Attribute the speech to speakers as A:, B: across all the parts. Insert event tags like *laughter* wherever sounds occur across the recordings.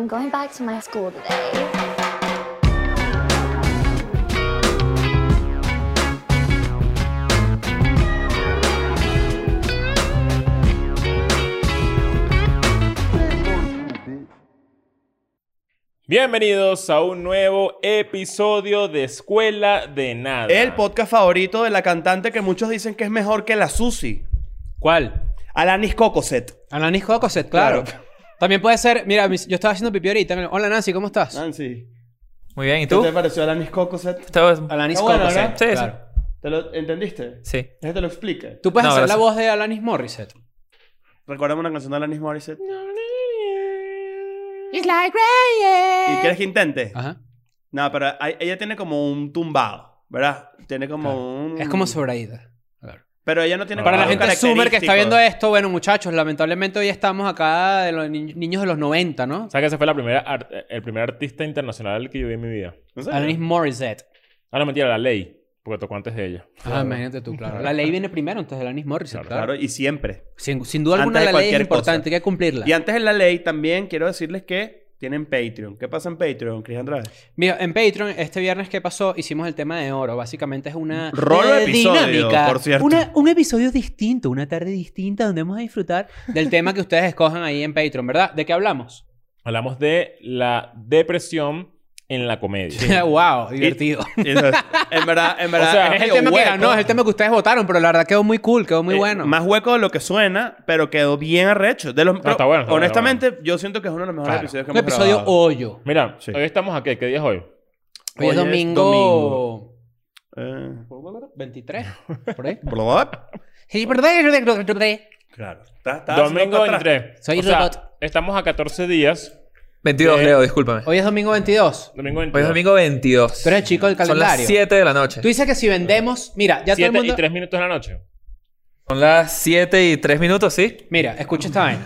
A: I'm going back to my school today.
B: Bienvenidos a un nuevo episodio de Escuela de Nada.
C: El podcast favorito de la cantante que muchos dicen que es mejor que la Susi.
D: ¿Cuál?
C: Alanis Cocoset.
D: Alanis Cocoset, claro.
C: Claro.
D: También puede ser, mira, mis- yo estaba haciendo pipi ahorita. mira, Hola Nancy, ¿cómo estás?
C: Nancy.
E: Muy bien, ¿y
C: Ah, ¿Qué
E: tú?
C: te pareció Alanis Cocoset?
E: Estabas-
D: Alanis
C: Está bueno,
D: Cocoset.
C: ¿verdad?
E: Sí, sí.
D: claro.
C: ¿Te lo entendiste?
E: Sí.
C: Este te lo explique.
D: Tú puedes
E: No,
D: hacer la
E: gracias.
D: voz de Alanis Morissette.
C: Recuérdame una canción de Alanis Morissette.
D: It's like rain.
C: ¿Y quieres que intente?
D: Ajá.
C: No, pero hay- ella tiene como un tumbado, ¿verdad? Tiene como
D: Claro.
C: un...
D: Es como sobreída. Claro.
C: Pero ella no tiene
D: Para
C: como
D: la
B: Claro.
C: algo
D: gente summer que está
C: característico.
D: viendo esto, bueno, muchachos, lamentablemente hoy estamos acá de los ni- niños de los 90, ¿no?
B: O sea que ese fue la primera ar- el primer artista internacional que yo vi en mi vida.
C: ¿En serio?
D: Alanis Morissette.
B: Ah, no, mentira, la ley. Porque tocó antes de ella.
D: Ah, imagínate tú, claro. La ley viene primero antes de Alanis Morissette,
B: Claro,
D: claro.
C: Claro, y siempre.
D: Sin, sin duda
C: Antes
D: alguna
C: de
D: la ley es
C: cualquier
D: importante,
C: cosa.
D: hay que cumplirla.
C: Y antes de la ley también quiero decirles que tienen Patreon. ¿Qué pasa en Patreon, Cris Andrade?
D: Mira, en Patreon, este viernes que pasó, hicimos el tema de oro. Básicamente es una
C: Rolo episodio, por cierto.
D: Una- un episodio distinto, una tarde distinta donde vamos a disfrutar del tema que ustedes escojan ahí en Patreon, ¿verdad? ¿De qué hablamos?
B: Hablamos de la depresión en la comedia.
D: *laughs* wow, divertido.
C: Y eso es- en verdad, en verdad.
B: O sea,
D: es el
C: medio
D: tema que
C: hueco.
D: ganó, es el tema que ustedes votaron, pero la verdad quedó muy cool, quedó muy
C: Eh,
D: bueno.
C: Más hueco de lo que suena, pero quedó bien arrecho. De los, pero,
B: está bueno, está bueno, está
C: honestamente, yo siento que es uno de los mejores
D: Claro.
C: episodios que
D: un
C: hemos
D: episodio
C: grabado.
D: hoyo.
B: Mira,
C: Sí.
B: hoy estamos aquí. ¿Qué día es hoy?
D: Hoy,
C: Hoy es
D: es domingo,
C: domingo. Eh, *laughs*
D: 23. Por ahí.
C: ¿verdad?
D: Sí, perdón.
C: claro. Está- está haciendo
B: Domingo
C: atrás.
B: 23.
D: Soy
B: O sea,
D: robot.
B: estamos a 14 días.
E: 22,
B: Eh,
E: Leo, discúlpame.
D: Hoy es domingo 22.
B: Domingo 23.
E: Hoy es domingo 22.
D: Tú eres el chico del
E: Son las
D: calendario.
E: 7 de la noche.
D: Tú dices que si vendemos. Mira, ya todo el
B: 7 y
D: mundo.
B: 3 minutos de la noche.
E: Son las 7 y 3 minutos, ¿sí?
D: Mira, escucha esta vaina.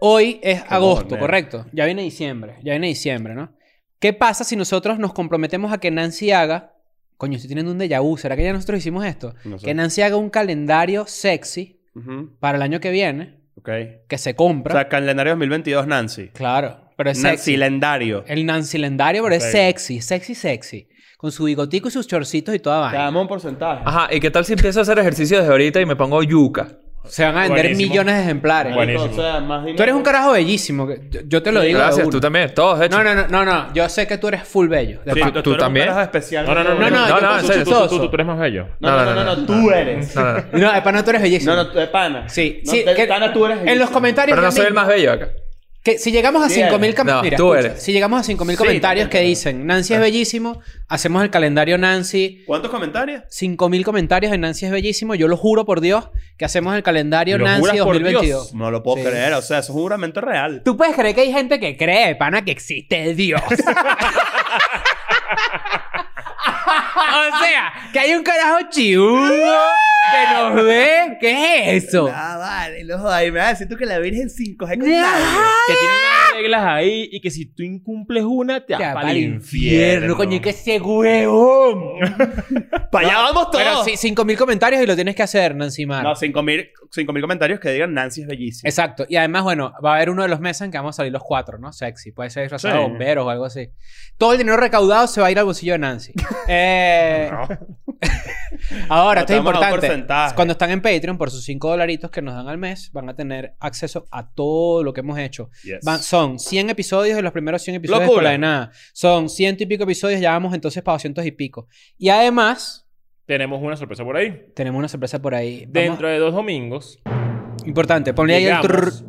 D: Hoy es agosto,
C: cojones.
D: correcto. Ya viene diciembre. Ya viene diciembre, ¿no? ¿Qué pasa si nosotros nos comprometemos a que Nancy haga. Coño, estoy teniendo un déjà vu. ¿Será que ya nosotros hicimos esto?
C: No sé.
D: Que Nancy haga un calendario sexy
C: Ujú,
D: para el año que viene,
C: Ok.
D: que se
C: O
D: compra.
C: sea, calendario 2022, Nancy.
D: claro, pero es Pues sexy. Eh,
C: Nancylendario.
D: El Nancy lendario, pero
B: Ok.
D: es sexy, sexy, sexy. Con su bigotico y sus chorcitos y toda
C: Te
D: vaina.
C: damos un porcentaje.
E: Ajá, ¿y qué tal si empiezo a hacer ejercicio desde ahorita y me pongo yuca?
D: Se van a vender
B: Buenísimo.
D: millones de ejemplares.
B: Buenísimo.
C: O sea, más dinero.
D: Tú eres un carajo bellísimo. que- Yo, yo te lo digo. de
E: Gracias,
D: una.
E: tú también. Todos, de hecho. Ah,
D: No, no, no, no, no. Yo sé que tú eres full bello. De
C: Sí,
D: pana.
E: tú
C: eres un
E: también.
C: carajo especial.
B: No, no, no.
D: No, no, yo
E: no,
D: no,
E: en
B: tú,
E: serio.
B: tú, tú, tú, tú, tú eres más bello.
C: No, no, no, no, tú eres.
E: No, no,
D: *laughs*
E: no.
D: No, de pana tú eres bellísimo.
C: No, no, tú- de pana.
D: Sí,
C: No,
D: sí,
C: de
D: que-
C: pana tú eres
D: En los
C: bellísimo.
D: comentarios.
E: Pero no
D: también-
E: soy el más bello acá.
D: Que si llegamos a
C: Sí
D: 5.000
C: eres.
D: comentarios.
E: No,
D: mira,
E: tú
D: escucha,
E: eres.
D: Si llegamos a 5.000
C: Sí,
D: comentarios que
C: claro.
D: dicen Nancy
C: Ah.
D: es bellísimo, hacemos el calendario Nancy.
C: ¿Cuántos comentarios?
D: 5.000 comentarios de Nancy es bellísimo. Yo lo juro por Dios que hacemos el calendario
B: ¿Lo
D: Nancy
B: juras por
D: 2022.
C: No lo puedo
D: Sí.
C: creer, o sea, eso es un juramento real.
D: Tú puedes creer que hay gente que cree, pana, que
C: *laughs*
D: existe Dios. o sea, que hay un carajo chiudo que nos ve. ¿Qué es eso?
C: Ah, vale, no jodas, y me vas a decir tú que la Virgen 5 es
D: Te
B: Que tiene unas reglas ahí y que si tú incumples una, te vas
D: va
B: para el infierno.
D: coño, y que ese huevón.
C: ¡Para allá vamos
D: Pero
C: todos!
D: sí, 5000 comentarios y lo tienes que hacer, Nancy Mar.
C: No, 5000 5.000 comentarios que digan Nancy es bellísima.
D: Exacto. Y además, bueno, va a haber uno de los meses en que vamos a salir los cuatro, ¿no? Sexy. Puede ser disfrazado de
C: Sí.
D: bomberos o algo así. Todo el dinero recaudado se va a ir al bolsillo de Nancy.
B: *laughs*
D: Eh, *laughs*
C: Pero
D: Ahora, esto
C: te vamos a dar un
D: es importante.
C: porcentaje.
D: Cuando están en Patreon, por sus 5 dolaritos que nos dan al mes, van a tener acceso a todo lo que hemos hecho.
B: Yes.
D: Van- son 100 episodios de los primeros 100 episodios de
C: Locura.
D: Escuela de nada. Son ciento y pico episodios, ya vamos entonces para 200 y pico. Y además,
B: Tenemos una sorpresa por ahí.
D: tenemos una sorpresa por ahí. Vamos-
B: Dentro de dos domingos,
D: Importante, ponle ahí el trrr.
B: llegamos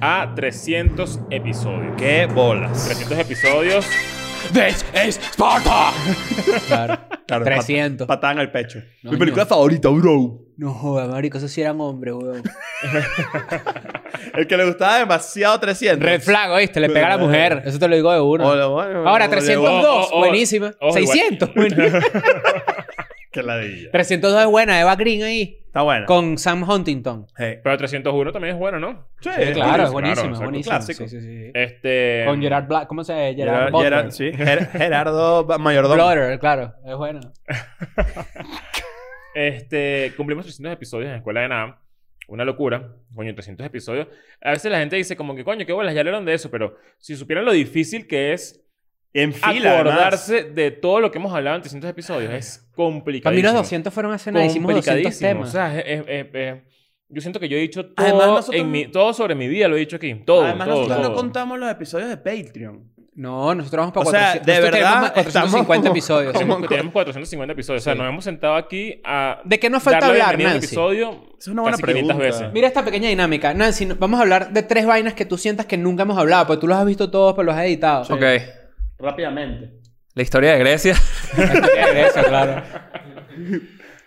B: a 300 episodios.
C: ¡Qué bolas!
B: 300 episodios.
D: ¡This is Sparta! Claro.
C: Claro,
D: 300.
C: pat- Patada en el pecho.
D: No,
C: Mi película
D: no.
C: favorita, bro.
D: No jodas, marico, esos sí eran hombres, weón.
C: El que le gustaba demasiado 300.
D: Red flag, ¿oíste? Le pega a la mujer. Eso te lo digo de uno.
C: Hola, hola, hola,
D: Ahora,
C: hola,
D: 302.
B: Oh, oh, oh.
D: buenísima.
B: Oh, igual.
C: *laughs*
D: 600. buenísima.
C: Que la diga.
D: 302 es buena. Eva Green ahí.
C: Está buena.
D: Con Sam Huntington.
C: Hey. este,
B: Pero 301 también es bueno, ¿no?
C: Sí,
D: Sí, claro, es buenísima.
B: buenísimo,
D: es
B: claro,
D: buenísima.
C: exacto, Eh,
D: Sí, sí, sí.
B: Este.
D: Con Gerard Black. ¿Cómo se llama? Gerard,
C: Gerard-
D: Butler.
C: Gerard- sí, Ger- Gerardo Ba- Mayordomo.
D: Butler, claro. Es bueno.
B: Este. Cumplimos 300 episodios en Escuela de Nada. Una locura. Coño, 300 episodios. A veces la gente dice como que, coño, qué bolas, ya hablaron de eso. Pero si supieran lo difícil que es
C: En fila, además.
B: acordarse de todo lo que hemos hablado en 300 episodios. Es complicado.
D: Para mí los 200 fueron hace nada. Hicimos 200
B: Complicadísimo.
D: temas.
B: O sea, es- es- es- es- yo siento que yo he dicho todo,
C: Además, nosotros
B: en
C: no-
B: mi- todo sobre mi vida, lo he dicho aquí. Todo,
C: Además,
B: todo,
C: nosotros no
B: todo.
C: contamos los episodios de Patreon.
D: no, nosotros vamos para
C: O sea,
D: 400.
C: de
D: nosotros tenemos
C: verdad,
D: más 450
C: estamos como-
D: episodios.
B: Tenemos, tenemos 450 episodios. O sea,
D: Sí.
B: nos hemos sentado aquí a...
D: ¿De qué nos falta
B: darle la
D: hablar,
B: bienvenida al
D: Nancy?
B: episodio
C: Es una buena
B: casi 500
C: pregunta.
B: veces.
D: Mira esta pequeña dinámica. Nancy, no- vamos a hablar de tres vainas que tú sientas que nunca hemos hablado, porque tú los has visto todos, pero los has editado.
E: Ok.
C: Rápidamente.
E: La historia
D: *laughs*
E: de Grecia.
D: De Grecia, claro.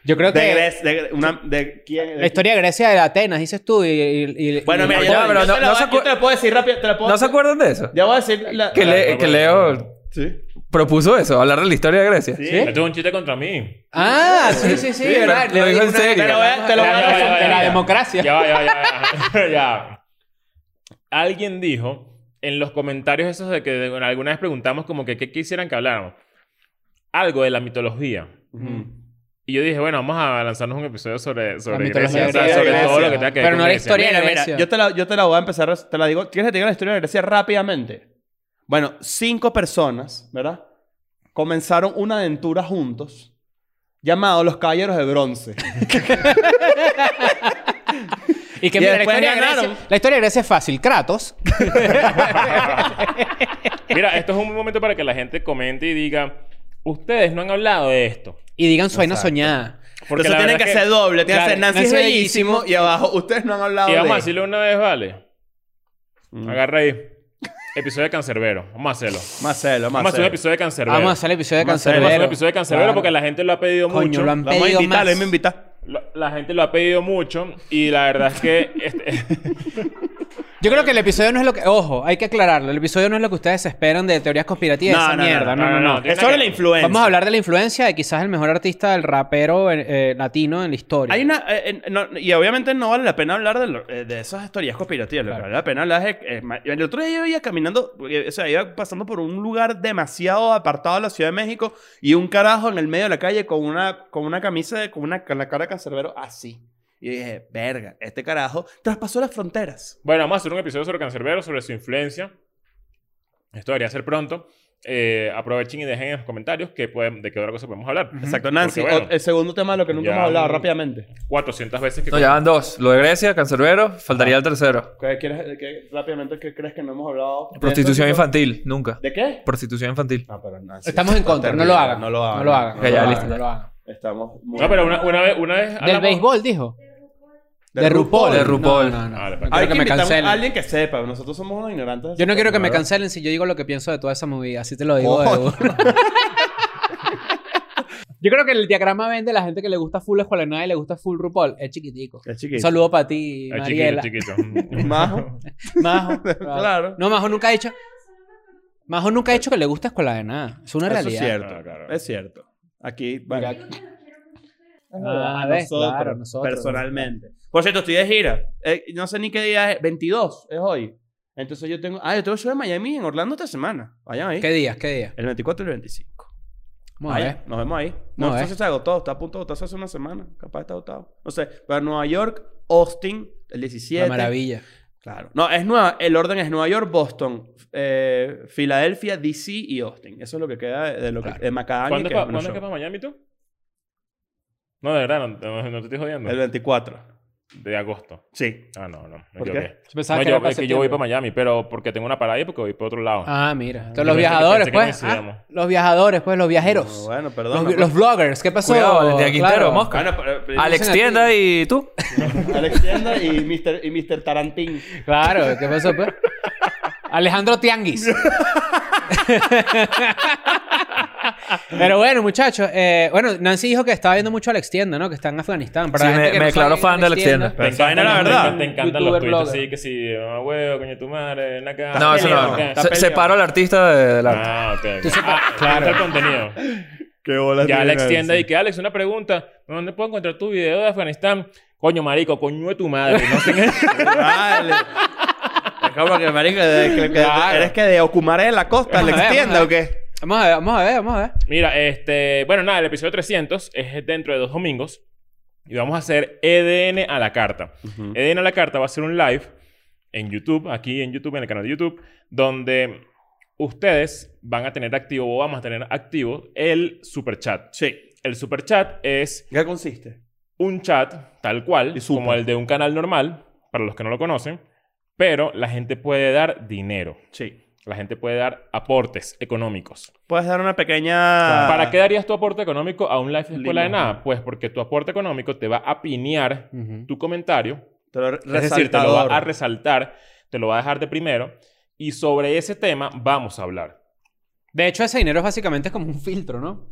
D: Yo creo que
C: De Grecia. De, una, de, ¿quién?
D: la historia de Grecia de Atenas, dices tú, y... y- y-
C: Bueno,
D: y-
C: mira,
E: Ya,
C: yo,
E: pero
C: yo
E: no-
C: te la
E: no
C: voy-
E: se acu-
C: yo te la puedo decir rápido. Te la puedo
E: ¿No se acuerdan de eso?
C: Ya voy a decir la...
E: Que,
C: la-
E: Le-
B: Ah,
E: que
B: bueno.
E: Leo
C: Sí.
E: propuso eso, hablar de la historia de Grecia.
C: Sí.
B: Esto es un chiste contra mí.
D: Ah, sí, sí, sí,
E: Sí,
D: verdad.
E: lo- lo
D: Le
E: dijo
D: digo
E: en
D: una-
E: serio.
D: te lo voy a- te lo voy a resolver. La democracia.
B: Ya, va, ya, va, ya, *laughs* va. ya. Alguien dijo en los comentarios esos de que de- alguna vez preguntamos como que qué quisieran que habláramos. Algo de la mitología. Y yo dije, bueno, vamos a lanzarnos un episodio sobre, sobre
D: mitología
B: Grecia, o sea,
D: griega,
B: sobre todo
D: Grecia.
B: lo que tenga que
D: Pero
B: ver
D: no
B: con
D: la
B: Grecia.
D: historia.
C: Mira, mira,
D: Grecia.
C: yo te la, yo te la voy a empezar, a- te la digo, ¿quieres que te diga la historia de Grecia rápidamente? Bueno, cinco personas, ¿verdad? Comenzaron una aventura juntos, llamado los Caballeros
B: *laughs*
C: de Bronce.
D: Y que
C: Y
D: mira, la
C: después
D: historia, de
C: ganaron.
D: Grecia, la historia de Grecia es fácil. Kratos.
B: Mira, esto es un momento para que la gente comente y diga, ustedes no han hablado de esto.
D: Y digan suena soñada.
B: Porque la verdad es que-
C: doble, tienen
D: claro, Nancy es bellísimo,
C: y abajo ustedes no han hablado
B: Y vamos a
C: él.
B: decirlo una vez, ¿vale?
C: Mm.
B: Agarra ahí. Episodio de Cancerbero. Vamos a hacerlo.
C: Marcelo,
B: Vamos a hacer un
C: Marcelo.
B: episodio de Cancerbero.
D: Vamos a hacer el episodio de
C: Vamos a hacer-
D: Cancerbero.
B: Vamos a hacer un episodio de Cancerbero
D: Claro.
B: porque la gente lo ha pedido
D: Coño,
B: mucho.
D: lo han
C: Lo Vamos a
D: pedido
C: invitar,
D: más.
C: él me invita.
B: La, la gente lo ha pedido mucho y la verdad es que... este-
D: Yo creo que el episodio no es lo que... Ojo, hay que aclararlo. El episodio no es lo que ustedes esperan de teorías conspirativas. esa mierda. No, no, no.
B: tiene
C: Es
B: nada
C: sobre
B: que-
C: la influencia.
D: Vamos a hablar de la influencia de quizás el mejor artista del rapero eh, eh, latino en la historia.
C: Hay una, eh, eh, no- y obviamente no vale la pena hablar de, lo- eh, de esas historias conspirativas. Lo que vale la pena hablar es. es ma- el otro día yo iba caminando, eh, o sea, iba pasando por un lugar demasiado apartado de la Ciudad de México y un carajo en el medio de la calle con una, con una camisa, de- con, una, con la cara de cancerbero así. Y dije, verga, este carajo traspasó las fronteras.
B: Bueno, vamos a hacer un episodio sobre Cancerbero, sobre su influencia. Esto debería ser pronto. Eh, aprovechen y dejen en los comentarios que pueden, de qué otra cosa podemos hablar.
C: Exacto, Nancy.
B: Porque, bueno,
C: o- el segundo tema de lo que nunca
B: ya
C: hemos hablado
B: un-
C: rápidamente.
B: 400 veces que...
E: No, ya van dos. Lo de Grecia, Cancerbero, faltaría el tercero.
C: ¿Qué quieres- qué- rápidamente, ¿qué crees que no hemos hablado? de
E: Prostitución
C: esto?
E: infantil, nunca.
C: ¿De qué?
E: Prostitución infantil.
C: No, pero Nancy,
D: Estamos
C: esto
D: en
C: está
D: contra. No
C: terrible.
D: lo hagan.
C: No lo hagan.
D: No lo hagan.
E: Ok, ya,
D: no lo
E: listo.
D: hagan, no lo hagan.
C: Estamos muy...
B: No, pero una, una vez... Una vez
D: Del
B: hablamos-
D: béisbol, dijo.
C: De
D: De
C: RuPaul.
D: RuPaul.
E: De RuPaul.
D: No, no, no.
B: Ah, de
D: No
C: Hay
D: quiero que me
C: invitamos a
D: cancelen.
C: alguien que sepa. Nosotros somos unos ignorantes.
D: Yo no quiero que me
C: Claro.
D: cancelen si yo digo lo que pienso de toda esa movida. Así te lo digo de
C: Coño.
D: *laughs* una. Yo creo que el diagrama vende la gente que le gusta full escuela y le gusta full RuPaul. Es chiquitico.
C: Es
D: Un
C: chiquito.
D: saludo para ti,
B: Ah,
D: Mariela. *laughs*
B: chiquito, chiquito.
C: Majo.
D: Majo.
C: *laughs* *laughs* Claro.
D: No, Majo nunca ha dicho. Majo nunca ha dicho que le gusta escuela de nada. Es una
C: Eso es
D: realidad.
C: cierto.
B: Ah, claro.
C: Es cierto. Aquí, bueno.
D: Mira, Ah, ves, claro, nosotros.
C: Personalmente. Por cierto, estoy de gira. Eh, no sé ni qué día es. 22 es hoy. Entonces yo tengo... Ah, yo tengo show en Miami y en Orlando esta semana. Vayan ahí.
D: ¿Qué días? ¿Qué días?
C: El 24 y el 25.
D: Vamos a
C: Ahí,
D: ver.
C: Nos vemos ahí. No,
D: a ver.
C: sé si se agotó. Está a punto de agotarse hace una semana. Capaz está agotado. No sé. Pero Nueva York, Austin, el 17.
D: La maravilla.
C: Claro. No, es nueva, el orden es Nueva York, Boston, eh, Filadelfia, DC y Austin. Eso es lo que queda de, de lo
D: Claro.
C: que de McAdam.
B: ¿Cuándo,
C: que
B: pa-
C: es uno
B: ¿cuándo es que
C: solo.
B: para Miami tú? No, de verdad, no, no- no te estoy jodiendo.
C: El 24.
B: De agosto.
C: Sí.
B: Ah, no, no. me
C: ¿Por qué?
B: equivoqué.
D: Yo pensaba
B: No,
D: que
B: yo,
D: era para
B: es que yo voy
D: septiembre.
B: para Miami, pero porque tengo una parada y porque voy para otro lado.
D: Ah, mira.
B: Yo
D: Entonces,
B: pensé
D: los
B: que-
D: viajadores,
B: pensé que
D: pues.
B: coincidíamos.
D: ah, los viajadores, pues, los viajeros.
C: No, bueno,
D: los,
C: perdón.
D: vi- los vloggers, ¿qué pasó?
E: Cuidado, Valentina Quintero, mosca.
C: Bueno, Ah, pero- pero-
E: Alex
D: a
E: Tienda
D: ti.
E: y tú.
C: *laughs* Alex Tienda y Mr. y Mr. Tarantín.
D: Claro, ¿qué pasó, pues? Alejandro Tianguis. Pero bueno, muchachos. eh, bueno, Nancy dijo que estaba viendo mucho a Alex Tienda, ¿no? Que está en Afganistán. Para
E: Sí,
D: la gente
E: me-
D: que
E: me
D: no sabe
E: declaro
D: quién es
E: fan de Alex Tienda.
B: Te
C: Esa
B: encantan,
C: vaena, la
B: los-
C: verdad.
B: Te, te encantan los
D: Youtuber,
B: tweets
D: blogger.
B: así que si, mamá huevo, coño tu madre, una caja.
E: No, eso
C: peleado,
E: no.
C: está
E: no.
C: peleado.
E: Se- Separo al artista de- del arte.
B: Ah, ok.
D: Tú sepa-
B: Ah,
D: claro.
B: claro. el contenido.
C: Qué bola.
B: Ya
C: tiene
B: Alex tienda
C: Nancy.
B: y que Alex, una pregunta. ¿Dónde puedo encontrar tu video de Afganistán? Coño, marico, coño de tu madre. No sé qué.
C: Vale. Es como que, marico, de- que- que-
D: Claro.
C: ¿eres que de Ocumare de la costa,
D: Vamos a
C: Alex
D: ver,
C: Tienda o
D: vamos
C: qué?
D: Vamos a ver, vamos a ver, vamos a ver.
B: Mira, este... Bueno, nada, el episodio 300 es dentro de dos domingos. Y vamos a hacer EDN a la carta.
C: Ujú.
B: Eden a la carta va a ser un live en YouTube, aquí en YouTube, en el canal de YouTube, donde ustedes van a tener activo o vamos a tener activo el super chat.
C: Sí.
B: El super chat es
C: ¿Qué consiste?
B: un chat tal cual,
C: Y super.
B: como el de un canal normal, para los que no lo conocen, pero la gente puede dar dinero.
C: Sí.
B: La gente puede dar aportes económicos.
C: Puedes dar una pequeña.
B: ¿Para qué darías tu aporte económico a un live de escuela de
C: Línea.
B: nada? Pues porque tu aporte económico te va a pinear
D: Ujú.
B: tu comentario
C: Te lo
B: es decir, te lo va a
C: resaltador.
B: resaltar, te lo va a dejar de primero. Y sobre ese tema vamos a hablar.
D: De hecho, ese dinero es básicamente como un filtro, ¿no?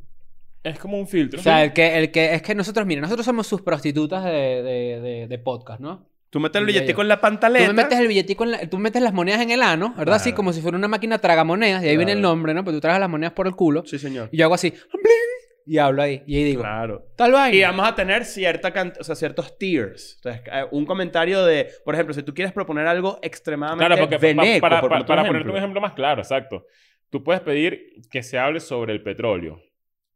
B: Es como un filtro.
D: O sea, el que, el que es que nosotros, mira, nosotros somos sus prostitutas de, de, de, de podcast, ¿no?
C: Tú metes el
D: Ya, ya.
C: billetico en la
D: Tú
C: pantaleta.
D: me metes el billetico en la- tú metes las monedas en el ano, ¿verdad? Así
C: Claro.
D: como si fuera una máquina tragamonedas, y ahí viene el
C: Claro.
D: nombre, ¿no? Pero tú tragas las monedas por el culo.
C: Sí, señor.
D: Y yo hago así, "Bling", y hablo ahí. Y ahí digo,
C: Claro.
D: tal
C: Y
D: vaina.
C: vamos a tener cierta cant- o sea, ciertos tiers. Entonces, eh, un comentario de, por ejemplo, si tú quieres proponer algo extremadamente
B: claro, porque pa-
C: veneco,
B: para,
C: por
B: para-
C: ponerte
B: para ponerte un ejemplo más claro, exacto. Tú puedes pedir que se hable sobre el petróleo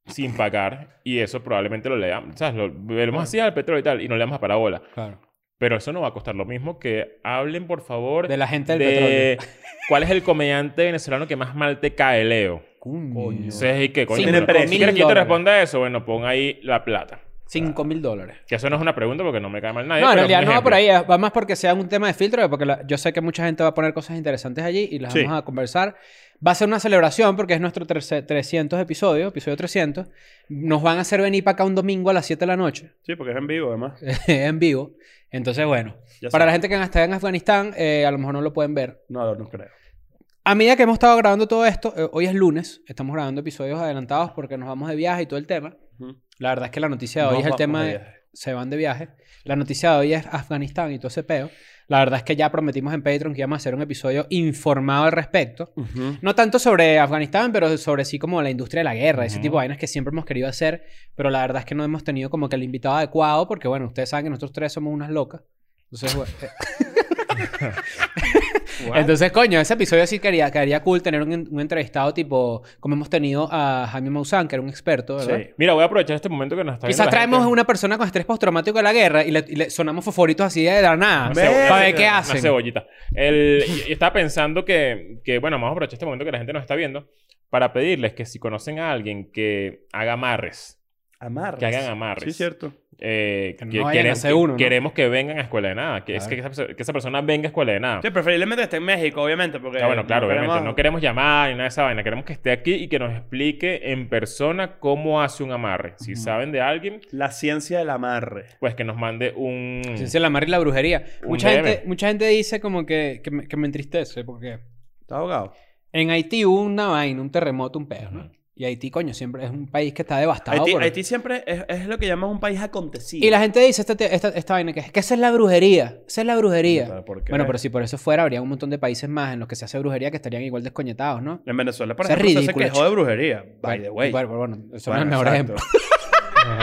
B: sin pagar y eso probablemente lo leamos. O sea, lo veremos así al petróleo y tal y no le damos a parabola.
D: Claro.
B: Pero eso no va a costar lo mismo que hablen, por favor,
D: De la gente del
B: de cuál es el comediante venezolano que más mal te cae, Leo.
D: petróleo.
C: Coño.
D: Coño.
B: Entonces, ¿y qué coño?
D: Cinco
B: Pero,
C: mil
B: ¿sí ¿Quieres que yo te
D: dólares.
B: responda eso? Bueno, pon ahí la plata.
D: 5 mil dólares.
B: Que eso no es una pregunta porque no me cae mal nadie.
D: No, en
B: pero es un
D: realidad no va
B: ejemplo.
D: por ahí. Va más porque sea un tema de filtro, porque la- yo sé que mucha gente va a poner cosas interesantes allí y las
C: Sí.
D: vamos a conversar. Va a ser una celebración porque es nuestro trece- 300 episodio, episodio 300. Nos van a hacer venir para acá un domingo a las 7 de la noche, *laughs*
C: Sí, porque es en vivo, además.
B: Eh.
D: en vivo. Entonces, bueno,
C: Ya
D: para
C: sé.
D: la gente que está en Afganistán, eh, a lo mejor no lo pueden ver.
C: No, no, no creo.
D: A medida que hemos estado grabando todo esto, eh, hoy es lunes, estamos grabando episodios adelantados porque nos vamos de viaje y todo el tema.
C: Ujú.
D: La verdad es que la noticia de hoy
C: Nos
D: es el
C: vamos
D: tema
C: de
D: de,
C: viaje.
D: se van de viaje. La noticia de hoy es Afganistán y todo ese peo. La verdad es que ya prometimos en Patreon que íbamos a hacer un episodio informado al respecto. No tanto sobre Afganistán, pero sobre sí como la industria de la guerra, ese
B: Ujú.
D: tipo de vainas que siempre hemos querido hacer, pero la verdad es que no hemos tenido como que el invitado adecuado, porque bueno, ustedes saben que nosotros tres somos unas locas. Entonces, bueno, eh. Entonces, coño, ese episodio sí quería, quedaría cool tener un, un entrevistado tipo, como hemos tenido a Jaime Maussan, que era un experto, ¿verdad?
C: Sí.
B: Mira, voy a aprovechar este momento que nos está viendo
D: Quizás
B: la
D: traemos a
B: gente.
D: una persona con estrés postraumático de la guerra y le, y le sonamos fosforitos así de la nada.
B: Una
C: Ve-
B: cebolla.
D: Para ver qué
B: Una
D: hacen.
B: cebollita. El, y- y estaba pensando que, que, bueno, vamos a aprovechar este momento que la gente nos está viendo para pedirles que si conocen a alguien que haga amarres,
C: Amarres.
B: que hagan amarres.
C: Sí, cierto.
B: eh,
D: Que
B: que
D: no vayan a
B: querem-
D: hacer uno, ¿no?
B: queremos que vengan a escuela de nada. Que, es
D: Claro. pues,
B: que, esa, perso- que esa persona venga a escuela de nada.
C: Sí, preferiblemente que esté en México, obviamente, porque...
B: Ah, bueno, claro,
C: no
B: obviamente.
C: queremos-
B: No queremos llamar ni nada de esa vaina. Queremos que esté aquí y que nos explique en persona cómo hace un amarre. Si saben de alguien,
C: La ciencia del amarre.
B: pues que nos mande un.
D: Ciencia de la mar y la brujería.
B: Un
D: Mucha
B: DM.
D: gente, mucha gente dice como que, que, me, que me entristece porque
C: ¿Estás ahogado?
D: en Haití hubo una vaina, un terremoto, un pedo, ¿no?
B: Ujú.
D: Y Haití, coño, siempre es un país que está devastado.
C: Haití,
D: por-
C: Haití siempre es, es lo que llamamos un país acontecido.
D: Y la gente dice esta, esta, esta vaina que es que esa es la brujería. Esa es la brujería.
C: Puta, ¿por qué?
D: Bueno, pero si por eso fuera, habría un montón de países más en los que se hace brujería que estarían igual descoñetados, ¿no?
C: En Venezuela, por
D: Eso es
C: ejemplo, se
D: ridículo,
C: quejó de brujería. By the way.
D: Bueno, bueno, bueno, son
C: Bueno,
D: los mejores
C: exacto.
D: ejemplos.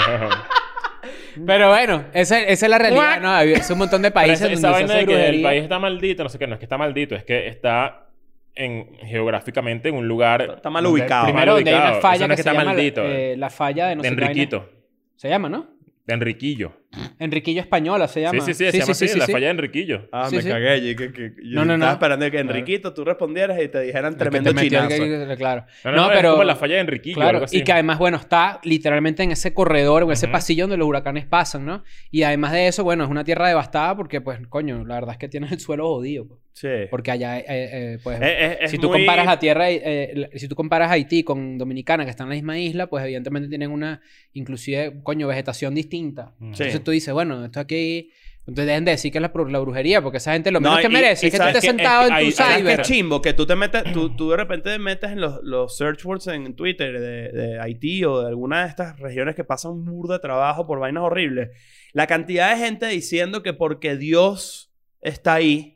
D: Pero bueno, esa, esa es la realidad, ¿no? Hay- Es un montón
B: *laughs*
D: de
B: Mm. Pero
D: países
B: esa,
D: donde
B: esa
D: se
B: vaina
D: hace
B: de que el
D: brujería.
B: país está maldito, no sé qué, no es que está maldito, es que está en, geográficamente en un lugar.
C: Está mal ubicado.
B: primero
D: Primero, donde hay una
B: ubicado.
D: falla
B: Eso no
D: que,
B: es que
D: se
B: está
D: llama
B: maldito,
D: eh, la falla de no
B: de
D: sé qué vaina.
B: Enriquito.
D: Se llama, ¿no?
B: De Enriquillo.
D: Enriquillo Española se llama.
B: Sí, sí, sí, se llama así, la falla de Enriquillo.
C: *laughs* Ah,
D: Sí,
C: me
D: sí.
C: cagué. allí, que- que- yo
D: No, no,
C: estaba
D: no.
C: esperando que Enriquito tú respondieras y te dijeran
D: El que
C: tremendo
D: te metió el
C: chinazo.
D: que- Claro.
B: No, no, no, es
D: pero...
B: como la falla de Enriquillo. algo
D: Claro,
B: así.
D: y que además, bueno, está literalmente en ese corredor o en ese
B: Ujú.
D: pasillo donde los huracanes pasan, ¿no? Y además de eso, bueno, es una tierra devastada porque, pues, coño, la verdad es que tienes el suelo jodido. pues.
C: Sí.
D: Porque allá, eh, eh, pues,
C: Es- es- es
D: si tú
C: muy-
D: comparas la tierra, eh, eh, la- si tú comparas Haití con Dominicana, que está en la misma isla, pues evidentemente tienen una, inclusive, coño, vegetación distinta.
B: Mm.
C: Sí.
D: Entonces tú dices, bueno, esto aquí... Entonces dejen de decir que es la, pro- la brujería, porque esa gente lo menos
C: No,
D: que
C: y- y
D: merece es que tú
C: sabes
D: estés
B: que- es
D: sentado
B: que
D: en
B: ahí-
D: tu
B: ahí-
C: ¿Sabes qué
D: cyber.
C: chimbo? Que tú te metes, tú, tú de repente te metes en los, los search words en Twitter de, de Haití o de alguna de estas regiones que pasan burda de trabajo por vainas horribles. La cantidad de gente diciendo que porque Dios está ahí,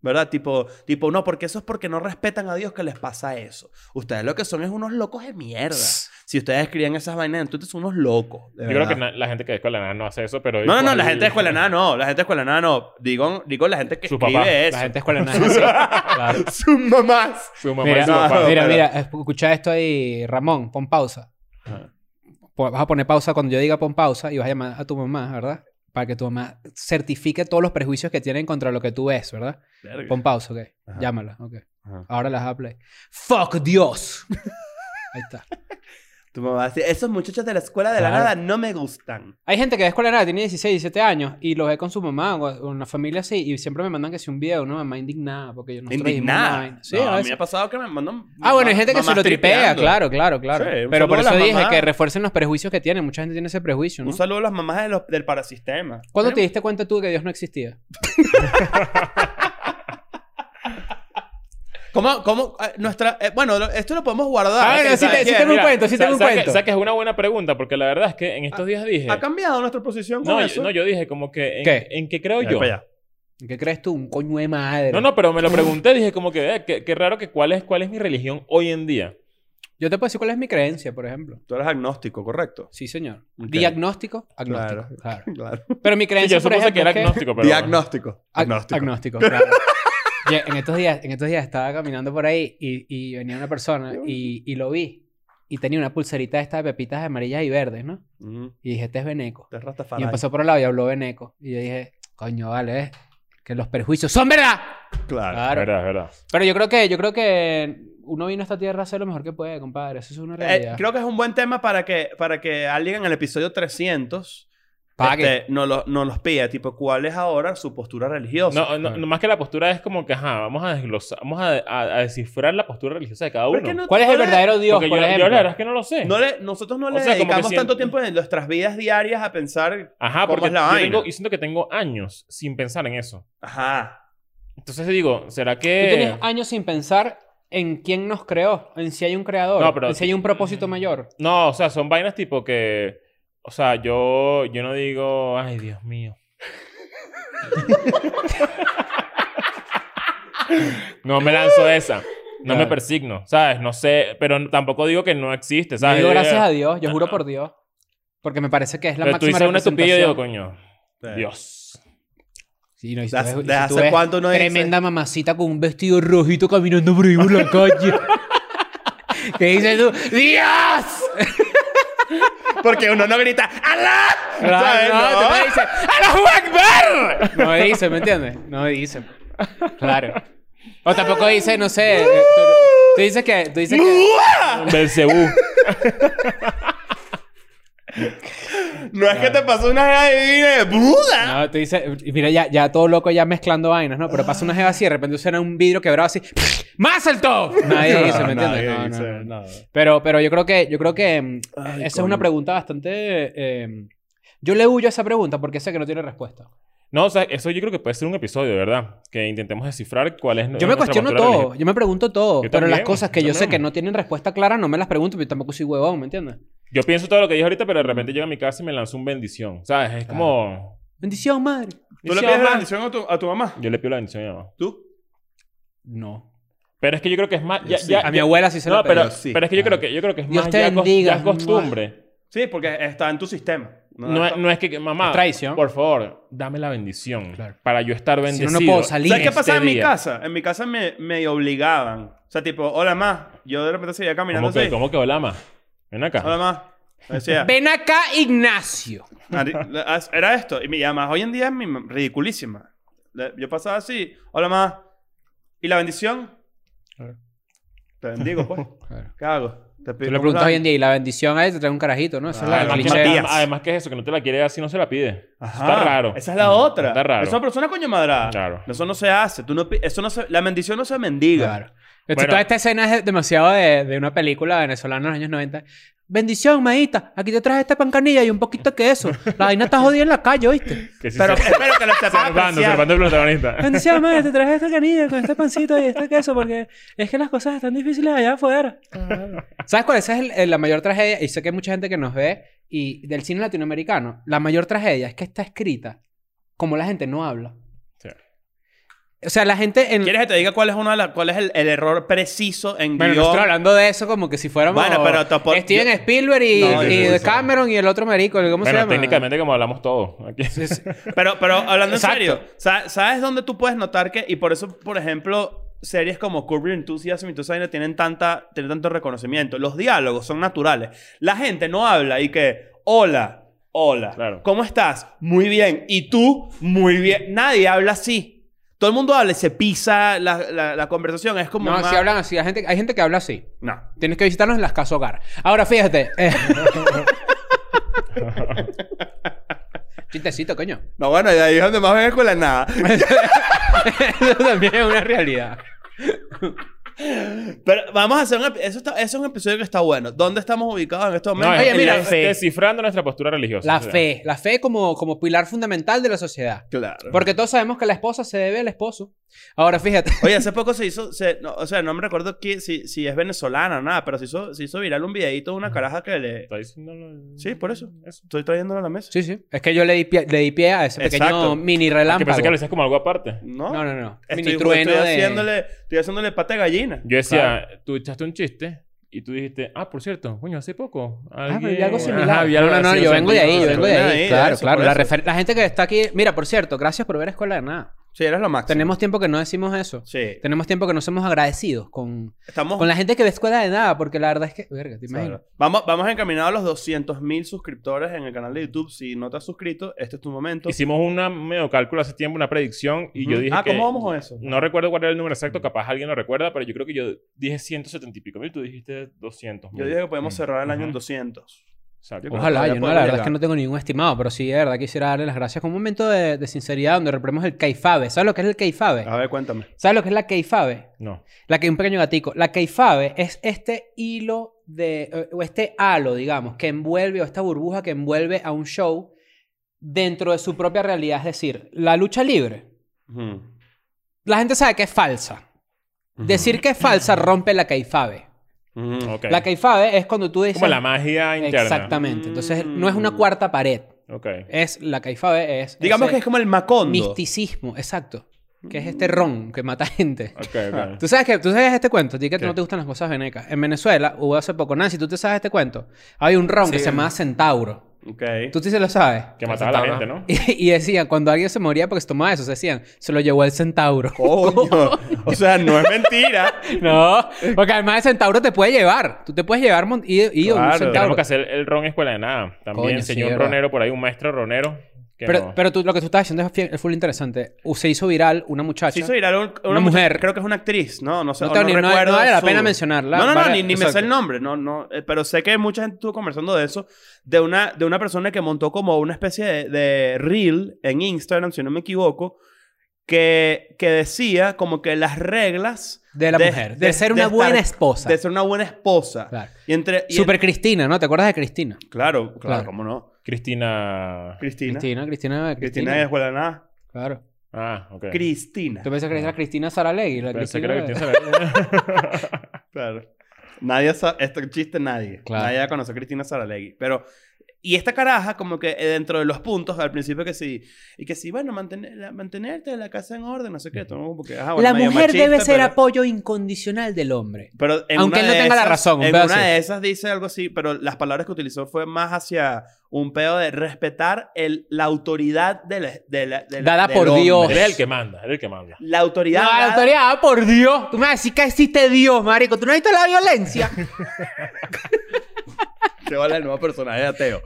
C: ¿verdad? Tipo, tipo, no, porque eso es porque no respetan a Dios que les pasa eso. Ustedes lo que son es unos locos de mierda. Si ustedes crían esas vainas en Twitter son unos locos. de
B: Yo creo
C: verdad.
B: que na- la gente que es escuela de nada no hace eso, pero.
C: No, no, no,
B: igual-
C: la gente de escuela de nada no, la gente de escuela de nada no. Digo, digo la gente que
B: Su
C: escribe
B: papá,
C: eso.
D: La gente de escuela nada es así. Claro.
C: *laughs* Sus mamás.
B: Su mamá y
D: Mira,
B: su papá.
D: mira,
C: pero-
D: mira, escucha esto ahí, Ramón, pon pausa. po- vas a poner pausa cuando yo diga pon pausa y vas a llamar a tu mamá, ¿verdad? Para que tu mamá certifique todos los prejuicios que tienen contra lo que tú ves, ¿verdad?
C: Verga.
D: Pon pausa, ok.
C: Ajá.
D: Llámala, ok.
C: Ajá.
D: Ahora las vas a play. ¡Fuck Dios! *laughs* Ahí está.
C: Tu mamá dice, esos muchachos de la escuela de la
D: Claro.
C: nada no me gustan.
D: Hay gente que de escuela de nada tiene 16, 17 años y los ve con su mamá o o una familia así y siempre me mandan que si un video, una mamá indignada porque yo no
C: Indignada.
D: Sí,
C: No,
D: a
C: a mí
D: veces.
C: me ha pasado que me mandan...
D: Ah, bueno, hay
C: mamás-
D: gente que se
C: mamás
D: lo tripea,
C: tripeando.
D: claro, claro, claro.
C: Sí, un
D: Pero por
C: saludo a
D: eso
C: las
D: dije
C: mamás.
D: que refuercen los prejuicios que tienen. Mucha gente tiene ese prejuicio, ¿no?
C: Un saludo a las mamás de los- del parasistema.
D: ¿Cuándo te diste cuenta tú de que Dios no existía?
C: ¿Cómo, cómo, eh, nuestra... eh, bueno, lo- esto lo podemos guardar.
D: Ah,
C: Así
D: no, sí
C: cada
D: te- sí
C: quien,
D: tengo un
C: mira.
D: cuento, sí
B: Sa-
D: tengo un
B: ¿sabes que-
D: cuento.
B: ¿Sabes que es una buena pregunta? Porque la verdad es que en estos días dije...
C: ¿Ha cambiado nuestra posición con
B: No, yo-
C: eso?
B: no, yo dije como que... En,
D: ¿Qué?
B: ¿En qué creo
C: Ahí
B: yo?
C: para allá.
D: ¿Qué crees tú? Un coño de madre.
B: No, no, pero me lo pregunté. Dije como que... eh, qué, qué raro que cuál es, cuál es mi religión hoy en día.
D: Yo te puedo decir cuál es mi creencia, por ejemplo.
C: Tú eres agnóstico, ¿correcto? *laughs*
D: Sí, señor.
C: Ok.
D: Diagnóstico, agnóstico. Claro.
C: Claro.
D: Pero mi
B: Sí,
D: creencia,
B: yo
D: por
B: supuse
D: ejemplo,
B: que era
D: es que-
B: agnóstico, pero...
C: Diagnóstico.
D: Ag-
B: *laughs*
C: Agnóstico.
D: Agnóstico, claro. Yo en, estos días, en estos días estaba caminando por ahí y, y venía una persona y, y lo vi. Y tenía una pulserita esta de pepitas amarillas y verdes, ¿no?
C: Mm,
D: Y dije, este es Beneco.
C: te
D: Y
C: Rastafari.
D: empezó por un lado y habló Beneco. Y yo dije, coño, vale, eh, que los prejuicios son verdad.
C: Claro.
B: Es
D: Claro.
B: verdad, es verdad.
D: Pero yo creo que, yo creo que uno vino a esta tierra a hacer lo mejor que puede, compadre. Eso es una
C: Eh,
D: realidad.
C: creo que es un buen tema para que, para que alguien en el episodio 300
D: Pague.
C: este, nos, lo- nos los pida. Tipo, ¿cuál es ahora su postura religiosa?
B: No, no, no, más que la postura es como que, ajá, vamos a desglosar, vamos a, a- a descifrar la postura religiosa de cada
C: Pero
B: uno.
C: es que no-
D: ¿Cuál es el
C: le-
D: verdadero Dios,
B: Porque
D: por
B: yo, yo
D: ejemplo?
B: la verdad es que no lo sé.
C: no le- nosotros no
B: O
C: le
B: sea, como que
C: dedicamos
B: si-
C: tanto tiempo en nuestras vidas diarias a pensar.
B: Ajá,
C: ¿Cómo
B: porque
C: es la
B: yo,
C: vaina?
B: tengo, yo siento que tengo años sin pensar en eso.
C: Ajá.
B: Entonces digo, ¿será
D: Tú
B: que...?
D: tienes años sin pensar en quién nos creó, en si hay un creador,
B: No, pero- eh,
D: en si hay un propósito mayor.
B: No, o sea, son vainas tipo que... O sea, yo, yo no digo, ay, Dios mío. no me lanzo esa. No me
D: Claro.
B: persigno, ¿sabes? No sé, pero tampoco digo que no existe,
D: Yo
B: ¿sabes?
D: digo
B: Yo-
D: gracias a Dios, yo juro por Dios. Porque me parece que es la
B: Pero tú
D: máxima
B: dices una estupidez y digo,
D: representación.
B: coño,
C: Sí.
B: Dios.
D: Sí, no, y si
C: ¿De
D: tú ves-
C: hace-
D: y
C: de
D: si tú
C: hace
D: ves
C: cuánto no dice?
D: Tremenda mamacita con un vestido rojito caminando por ahí por
C: *laughs*
D: la calle. ¿Qué dices tú? ¡Dios!
C: Porque uno no grita ¡Alá! ¿Sabes?
D: Claro,
C: No.
D: no, te dice ¡Allahu Akbar! No dice, ¿me entiendes? No dice. Claro. O tampoco dice, no sé. eh, Tú, tú dices que. Tú dices que.
B: Belcebú.
C: No es que te pasó una jeva divina de Buda.
D: No, tú dices. y Mira, ya, ya todo loco ya mezclando vainas, ¿no? Pero pasa una jeva así de repente suena un vidrio quebrado así. ¡Mazeltov!
C: *laughs*
D: Nadie dice, ¿me entiendes? No, no, no. Pero, pero yo creo que, yo creo que mm,
C: Ay,
D: esa
C: coño.
D: es una pregunta bastante. eh, yo le huyo a esa pregunta porque sé que no tiene respuesta.
B: No, o sea, eso yo creo que puede ser un episodio, ¿verdad? Que intentemos descifrar cuál es.
D: Yo me cuestiono todo, yo me pregunto todo,
B: Yo
D: pero las
B: también,
D: cosas que
B: yo
D: yo sé
B: también.
D: que no tienen respuesta clara no me las pregunto, pero tampoco soy huevón, ¿me entiendes?
B: Yo pienso todo lo que dije ahorita, pero de repente llego a mi casa y me lanzo un bendición. ¿Sabes? Es como.
D: Bendición, madre.
C: ¿Tú le pides la bendición a tu, a tu mamá?
B: Yo le pido la bendición a mi mamá.
C: ¿Tú?
D: No.
B: Pero es que yo creo que es más.
C: Yo
B: Ya,
C: sí.
B: ya-
D: A mi abuela sí se
B: No,
D: lo pedí.
B: pero,
C: Yo sí. Ah.
B: pero es que yo creo
D: Claro.
B: que, yo creo que es
D: Dios
B: más
D: te
B: ya, cos-
D: bendiga.
B: ya costumbre.
C: Sí, porque está en tu sistema.
B: No,
C: está-
B: es- no es que, mamá,
D: Es traición.
B: por favor, dame la bendición
D: Claro.
B: para yo estar
D: Si
B: bendecido.
D: no, no puedo salir.
C: ¿Sabes qué
B: este
C: pasaba en mi
B: día.
C: casa? En mi casa me, me obligaban. O sea, tipo, hola ma. Yo de repente seguía caminando
B: ¿Cómo que,
C: así.
B: ¿Cómo que hola, ma? Ven acá.
C: Hola ma. Me Decía,
D: Ven acá, Ignacio.
C: Ari- la- era esto. Y mi- y además, hoy en día es mi ma- ridiculísima. Le- Yo pasaba así, hola ma. ¿Y la bendición? Te bendigo,
B: *laughs*
C: pues. ¿Qué hago? Te
D: Tú le preguntas hoy en día y la bendición a él te trae un carajito, ¿no? Esa es la- el
B: además, que,
D: cliché.
C: Matías.
B: además que es eso, que no te la quiere dar si no se la pide. Está raro.
C: Esa es la otra.
B: Está raro.
C: Es una persona coño madrada.
B: Claro.
C: Eso no se hace. Tú no, pi- eso no se, la bendición no se mendiga.
D: Claro. Esto-
B: Bueno.
D: Toda esta escena es demasiado de, de una película venezolana de los años 90. Bendición, maíta. Aquí te traje esta pancanilla y un poquito de queso. La vaina está jodida en la calle, ¿oíste?
B: Que sí
C: Pero *laughs*
B: se-
C: espero
B: *laughs*
C: que lo sepas
B: Servando,
C: apreciar.
B: Servando el protagonista.
D: Bendición, maíta. Te traje esta canilla con este pancito y este queso porque es que las cosas están difíciles allá afuera. ¿Sabes cuál? Esa es el- el- la mayor tragedia. Y sé que hay mucha gente que nos ve y del cine latinoamericano. La mayor tragedia es que está escrita como la gente no habla.
B: Sí.
D: O sea, la gente en...
C: ¿Quieres que te diga cuál es, una de las- cuál es el, el error preciso en
D: Bueno,
C: guión?
D: nosotros hablando de eso como que si fuéramos
C: Bueno, pero topo-
D: Steven
C: yo-
D: Spielberg y,
C: No,
D: y
C: yo-
D: Cameron y el otro marico, ¿cómo se
B: Bueno,
D: llama?
B: técnicamente como hablamos todos. Aquí.
C: *laughs* Pero, pero hablando en
D: Exacto.
C: serio, sa- ¿sabes dónde tú puedes notar que? Y por eso, por ejemplo, series como Curb Your Enthusiasm y toda esa vaina tienen, tanta, tienen tanto reconocimiento. Los diálogos son naturales. La gente no habla y que, hola, hola,
B: Claro.
C: ¿cómo estás? Muy bien. ¿Y tú? Muy bien. Nadie habla así. Todo el mundo habla y se pisa la, la- la conversación. Es como
D: No,
C: más-
D: si hablan así. Hay gente, hay gente que habla así.
C: No.
D: Tienes que visitarnos en las Casa Hogar. Ahora, fíjate.
C: *laughs*
D: eh. Chistecito, coño. *laughs*
C: No, bueno, y ahí es donde más ven escuela nada.
D: Eso también es una realidad.
C: Pero vamos a hacer un... ep- Eso, está- eso es un episodio que está bueno. ¿Dónde estamos ubicados en este estos
B: No,
C: momentos?
B: es-
D: Oye, mira, eh,
B: es-
D: fe.
B: descifrando nuestra postura religiosa.
D: La
B: o sea.
D: fe. La fe como, como pilar fundamental de la sociedad.
C: Claro.
D: Porque todos sabemos que la esposa se debe al esposo. Ahora, fíjate.
C: Oye, hace poco se hizo, se- no, o sea, no me recuerdo qui- si, si es venezolana o nada, pero se hizo, se hizo viral un videito de una caraja que le...
B: Está diciéndolo-
C: Sí, por eso. Estoy trayéndolo a la mesa.
D: Sí, sí. Es que yo le di pie, le di pie a ese pequeño
C: Exacto.
D: mini
B: Que
D: relámpago.
B: pensé que lo decías como algo aparte.
C: No,
D: No, no, no.
C: Estoy,
D: mini trueno
C: estoy
D: de...
C: haciéndole, estoy haciéndole pata de gallina.
B: Yo decía, tú echaste un chiste y tú dijiste, ah, por cierto, coño, hace poco.
D: Ah, pero
B: alguien-
D: vi algo similar.
B: Ajá, vi algo
D: no, no, no,
B: así, o
D: yo
B: sea,
D: vengo de ahí, yo vengo de
C: vengo de
D: ahí.
C: ahí,
D: Claro,
C: eso,
D: claro.
C: por
D: La,
C: eso.
D: refer- la gente que está aquí. Mira, por cierto, gracias por ver Escuela de Nada.
C: Sí, eres lo máximo.
D: Tenemos tiempo que no decimos eso.
C: Sí.
D: Tenemos tiempo que no somos agradecidos con,
C: Estamos...
D: con la gente que ve Escuela de Nada, porque la verdad es que. Verga, te
C: Oh. Claro.
D: imaginas.
C: Vamos, vamos encaminados a los 200.000 suscriptores en el canal de YouTube. Si no te has suscrito, este es tu momento.
B: Hicimos una medio cálculo hace tiempo, una predicción, y yo dije
C: ah,
B: que...
C: ¿cómo Mm. vamos con eso?
B: No recuerdo cuál era el número exacto, capaz alguien lo recuerda, pero yo creo que yo dije 170 y pico mil, tú dijiste Mm. 200
C: Yo dije que podemos cerrar el año en 200. Yo creo que
D: Ojalá,
C: todavía
D: yo no, la
C: podemos
D: verdad es
C: llegar.
D: que no tengo ningún estimado, pero sí, de verdad, quisiera darle las gracias con un momento de, de sinceridad donde repremos el caifabe. ¿Sabes lo que es el caifabe?
C: A ver, cuéntame.
D: ¿Sabes lo que es la caifabe?
B: No.
D: La que un pequeño gatico. La caifabe es este hilo de, o este halo, digamos, que envuelve, o esta burbuja que envuelve a un show dentro de su propia realidad. Es decir, la lucha libre.
C: Ujú.
D: La gente sabe que es falsa. Decir que es falsa rompe la caifabe.
C: Ujú.
B: Ok.
D: La caifabe es cuando tú dices...
B: Como la magia interna.
D: Exactamente. Entonces,
C: Mm.
D: no es una cuarta pared.
B: Ok.
D: Es la caifabe, es...
C: Digamos
D: ese
C: que es como el macondo.
D: Misticismo, exacto. Que es este ron que mata gente.
B: Ok, ok.
C: *laughs*
D: ¿Tú sabes, que, tú sabes este cuento, a ti que
B: ¿Qué?
D: no te gustan las cosas venecas. En Venezuela hubo hace poco, Nancy, ¿tú te sabes este cuento? Hay un ron que
E: Sí.
D: se llamaba Centauro.
C: Ok.
D: Tú sí se lo sabes.
B: Que mataba a la gente, ¿no?
D: *laughs* Y, y decían, cuando alguien se moría porque se tomaba eso, se decían, se lo llevó el Centauro.
C: Coño. o sea, no es mentira.
D: *laughs* No, porque además el centauro te puede llevar. Tú te puedes llevar mon- y, y un
C: Claro.
D: centauro.
B: Tenemos que hacer el ron escuela de nada. También
D: Coño,
B: enseñó
D: sí,
B: un
D: ¿verdad?
B: ronero por ahí, un maestro ronero. que
D: Pero,
B: no-
D: pero tú, lo que tú estás diciendo es fie- es full interesante. U- Se hizo viral una muchacha.
C: Sí, soy una,
D: Una
C: mucha-
D: mujer.
C: Creo que es una actriz, ¿no? No sé.
D: No
C: o
D: te- ni- no- no
C: recuerdo
D: vale la pena mencionarla.
C: No, no, no,
D: Vale-
C: ni, ni me
D: exacto.
C: sé el nombre. No, no, eh, pero sé que mucha gente estuvo conversando de eso. De una, de una persona que montó como una especie de, de reel en Instagram, si no me equivoco, que, que decía como que las reglas.
D: De la mujer. De ser una
C: estar-
D: buena esposa.
C: De ser una buena esposa.
D: Claro.
C: Y entre. y en-
D: Super Cristina, ¿no? ¿Te acuerdas de Cristina?
C: Claro, claro,
D: Claro.
C: cómo no.
B: Cristina.
C: Cristina. Cristina,
D: Cristina, Cristina, Cristina.
C: de Escuela de Nada.
D: Claro.
B: Ah, ok.
C: Cristina.
D: ¿Tú pensás que era Cristina Saralegui? La
B: Pensé que
D: Cristina
B: era
D: de-
B: Cristina Saralegui.
C: Claro. Nadie sabe, este chiste nadie.
D: Claro.
C: Nadie la conoce a Cristina Saralegui. Pero, y esta caraja, como que eh, dentro de los puntos, al principio que sí, y que sí, bueno, mantener, la- mantenerte la casa en orden, no sé qué. todo como que, ajá, bueno,
D: La
C: medio
D: mujer
C: machista,
D: debe ser
C: pero-
D: apoyo incondicional del hombre.
C: pero en una
D: Aunque él no
C: de
D: tenga la
C: esas-
D: razón, un
C: En
D: pedo
C: una
D: así.
C: de esas dice algo así, pero las palabras que utilizó fue más hacia un pedo de respetar el, la autoridad de la, de la- de la-
D: Dada
C: del
D: por
C: hombre.
B: *laughs*
D: Dios.
B: Él es el que manda, él es el que manda.
C: La autoridad.
D: No, la
C: dada-
D: autoridad, ah, por Dios. Tú me vas a decir que existe Dios, marico. Tú no has visto la violencia.
C: Se va la nueva personaje de ateo.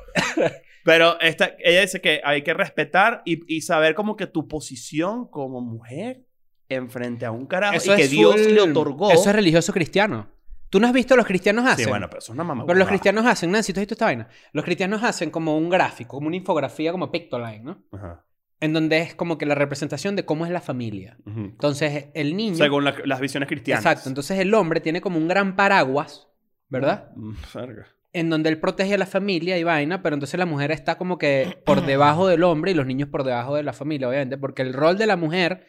C: Pero esta, ella dice que hay que respetar y, y saber como que tu posición como mujer en frente a un carajo *laughs* y que
D: es
C: Dios
D: full-
C: le otorgó.
D: Eso es religioso cristiano. Tú no has visto los cristianos hacen.
C: Sí, bueno, pero eso es una mamá.
D: Pero los cristianos hacen, Nancy, ¿tú has visto esta vaina? Los cristianos hacen como un gráfico, como una infografía, como Pictoline, ¿no?
C: Ajá.
D: En donde es como que la representación de cómo es la familia.
C: Ujú.
D: Entonces, el niño.
C: Según la- las visiones cristianas.
D: exacto. Entonces, el hombre tiene como un gran paraguas, ¿verdad?
C: Mm, verga.
D: En donde él protege a la familia y vaina, pero entonces la mujer está como que por debajo del hombre y los niños por debajo de la familia, obviamente, porque el rol de la mujer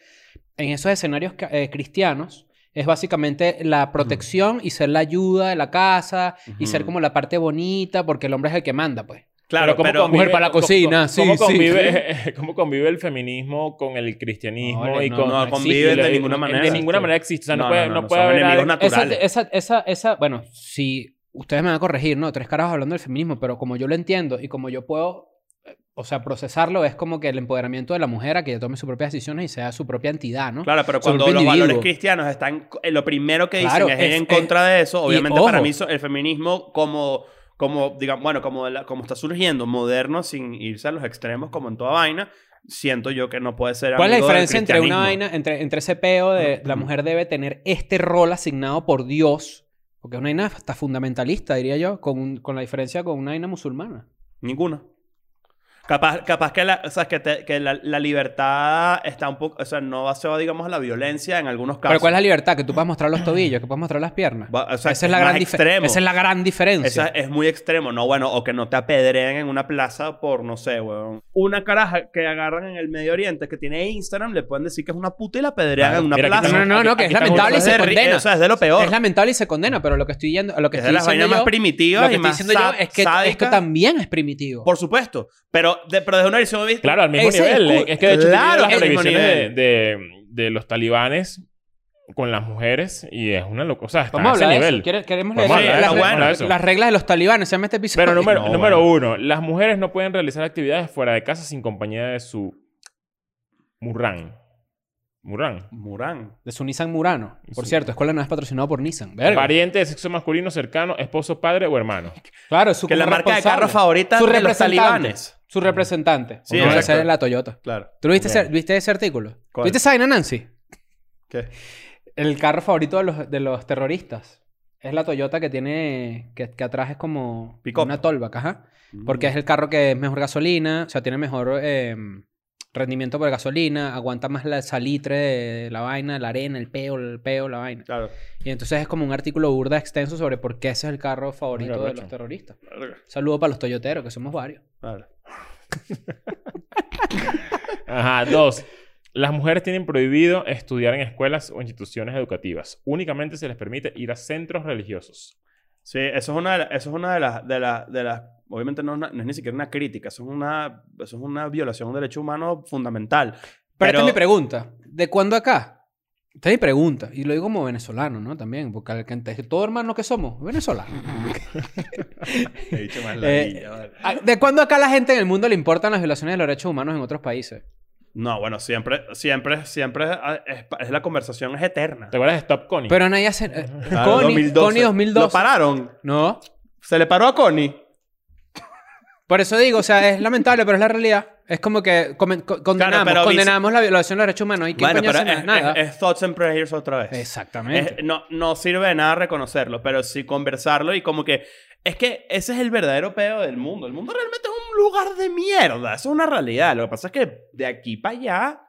D: en esos escenarios ca- eh, cristianos es básicamente la protección y ser la ayuda de la casa y ser
C: Ujú.
D: como la parte bonita, porque el hombre es el que manda, pues.
C: Claro,
B: ¿cómo
C: pero.
B: convive-
D: mujer para la
B: cómo-
D: cocina,
B: ¿cómo
D: sí, sí.
B: convive, *laughs* ¿Cómo convive el feminismo con el cristianismo?
D: No,
B: y
D: no,
B: con,
D: no
B: y
C: conviven
B: la-
C: de ninguna manera.
B: De ninguna manera existe. O sea, no,
C: No,
B: puede,
C: no,
B: no,
C: no,
B: puede
C: son
B: haber
C: enemigos
B: algo-
C: naturales.
D: Esa,
C: Naturales.
D: esa, esa, esa, bueno, si ustedes me van a corregir, ¿no? Tres caras hablando del feminismo, pero como yo lo entiendo y como yo puedo eh, o sea, procesarlo es como que el empoderamiento de la mujer a que ella tome sus propias decisiones y sea su propia entidad, ¿no?
C: Claro, pero
D: Su
C: cuando los
D: propio
C: valores
D: individuo.
C: cristianos están, eh, lo primero que dicen
D: Claro,
C: es,
D: es-
C: en contra de eso,
D: y
C: obviamente
D: ojo.
C: para mí so- el feminismo como, como digamos, bueno, como, la- como está surgiendo, moderno, sin irse a los extremos como en toda vaina, siento yo que no puede ser
D: ¿Cuál es la
C: amigo del
D: diferencia entre una
C: cristianismo.
D: vaina, entre, entre ese peo de la mujer debe tener este rol asignado por Dios? Porque es una vaina hasta fundamentalista, diría yo, con, un- con la diferencia con una vaina musulmana.
C: Ninguna. Capaz, capaz que, la, o sea, que, te- que la, la libertad está un poco, o sea, no va digamos, a la violencia en algunos casos.
D: Pero ¿cuál es la libertad? Que tú puedas mostrar los tobillos, que puedas mostrar las piernas.
C: Va- o sea,
D: esa, es la
C: más
D: gran dife-
C: extremo.
D: esa es la gran diferencia.
C: Esa es muy extremo, ¿no? Bueno, o que no te apedreen en una plaza por, no sé, weón. Una caraja que agarran en el Medio Oriente que tiene Instagram, le pueden decir que es una puta y la apedrean
B: Claro,
C: en una
B: mira, aquí
C: plaza.
B: estamos-
D: No, no, no,
B: aquí-
D: que es
B: aquí estamos-
D: lamentable y
C: Eso
D: se
C: es de ri-
D: condena.
C: O sea, es de lo peor.
D: Es lamentable y se condena, pero lo que estoy yendo, lo que
C: es de
D: estoy
C: las
D: diciendo
C: vainas más
D: yo, lo
C: primitivas
D: que
C: y
D: estoy
C: más
D: diciendo yo
C: sa-
D: es que esto
C: sádicas.
D: también es primitivo.
C: Por supuesto. Pero, de, pero desde una visión de vista...
B: Claro, al mismo
D: Ese
B: nivel.
D: discu-
B: Es que de hecho tiene
C: Claro,
B: las
C: al mismo
B: prohibiciones de,
C: nivel.
B: de- de los talibanes con las mujeres y es una locura. O sea, está
D: Vamos a
B: a ese
D: hablar de eso.
B: nivel.
D: ¿Quiere- Queremos leer
B: Vamos a hablar de
D: las,
B: eso, vamos a hablar de
D: las-
B: eso.
D: las reglas de los talibanes. Se llama este episodio.
B: Pero número,
C: No,
B: número uno, las mujeres no pueden realizar actividades fuera de casa sin compañía de su murrán. Murrán.
C: Murán.
D: De su Nissan Murano. Por
B: Sí.
D: cierto, Escuela No es patrocinado por Nissan. Verga.
B: Pariente de sexo masculino cercano, esposo, padre o hermano.
D: Claro, es su
C: Que la marca de
D: corresponsable.
C: carro favorita
D: Su
C: de los
D: representante.
C: talibanes.
D: Su representante.
C: Sí,
D: no debe
C: exacto.
D: ser en la Toyota.
C: Claro.
D: ¿Tú viste,
B: Claro.
D: ese, viste ese artículo?
C: ¿Cuál?
D: ¿Viste esa vaina, Nancy?
C: ¿Qué?
D: El carro favorito de los, de los terroristas. Es la Toyota que tiene... Que, que atrás es como...
C: Pick-up.
D: Una tolvaca, ajá.
C: Mm,
D: Porque es el carro que es mejor gasolina. O sea, tiene mejor... eh, rendimiento por gasolina, aguanta más la salitre de la vaina, la arena, el peo, el peo, la vaina.
C: Claro.
D: Y entonces es como un artículo burda extenso sobre por qué ese es el carro favorito
B: Mira,
D: de
B: Rocha.
D: los terroristas. Saludo para los toyoteros, que somos varios.
C: Claro.
B: Ajá, dos. Las mujeres tienen prohibido estudiar en escuelas o instituciones educativas. Únicamente se les permite ir a centros religiosos.
C: Sí, eso es una de, la- eso es una de las... De las- de las obviamente no, es una- no es ni siquiera una crítica, eso es una, eso es una violación de derecho humano fundamental.
D: Pero, esta es mi pregunta. ¿De cuándo acá? Esta es mi pregunta. Y lo digo como venezolano, ¿no? También, porque al que- es que todo hermano que somos, venezolano.
C: *laughs* He dicho más
D: ladilla, Ah, ¿De cuándo acá a la gente en el mundo le importan las violaciones de los derechos humanos en otros países?
C: No, bueno, siempre, siempre, siempre ah, es, pa- es la conversación es eterna.
B: ¿Te acuerdas de Stop Connie?
D: Pero nadie hace... eh,
C: Claro,
D: Connie, 2012. Connie
C: Lo
D: 2012.
C: pararon.
D: No.
C: Se le paró a Connie.
D: Por eso digo, o sea, es lamentable, pero es la realidad. Es como que comen- co- condenamos,
C: pero
D: condenamos la violación de los derechos humanos. ¿Y qué
C: Bueno,
D: coño Ah.
C: pero
D: hacen?
C: es,
D: Nada.
C: es- es thoughts and prayers otra vez.
D: Exactamente.
C: Es- no, no sirve de nada reconocerlo, pero sí conversarlo y como que... Es que ese es el verdadero peo del mundo. El mundo realmente es un lugar de mierda. Eso es una realidad. Lo que pasa es que de aquí para allá...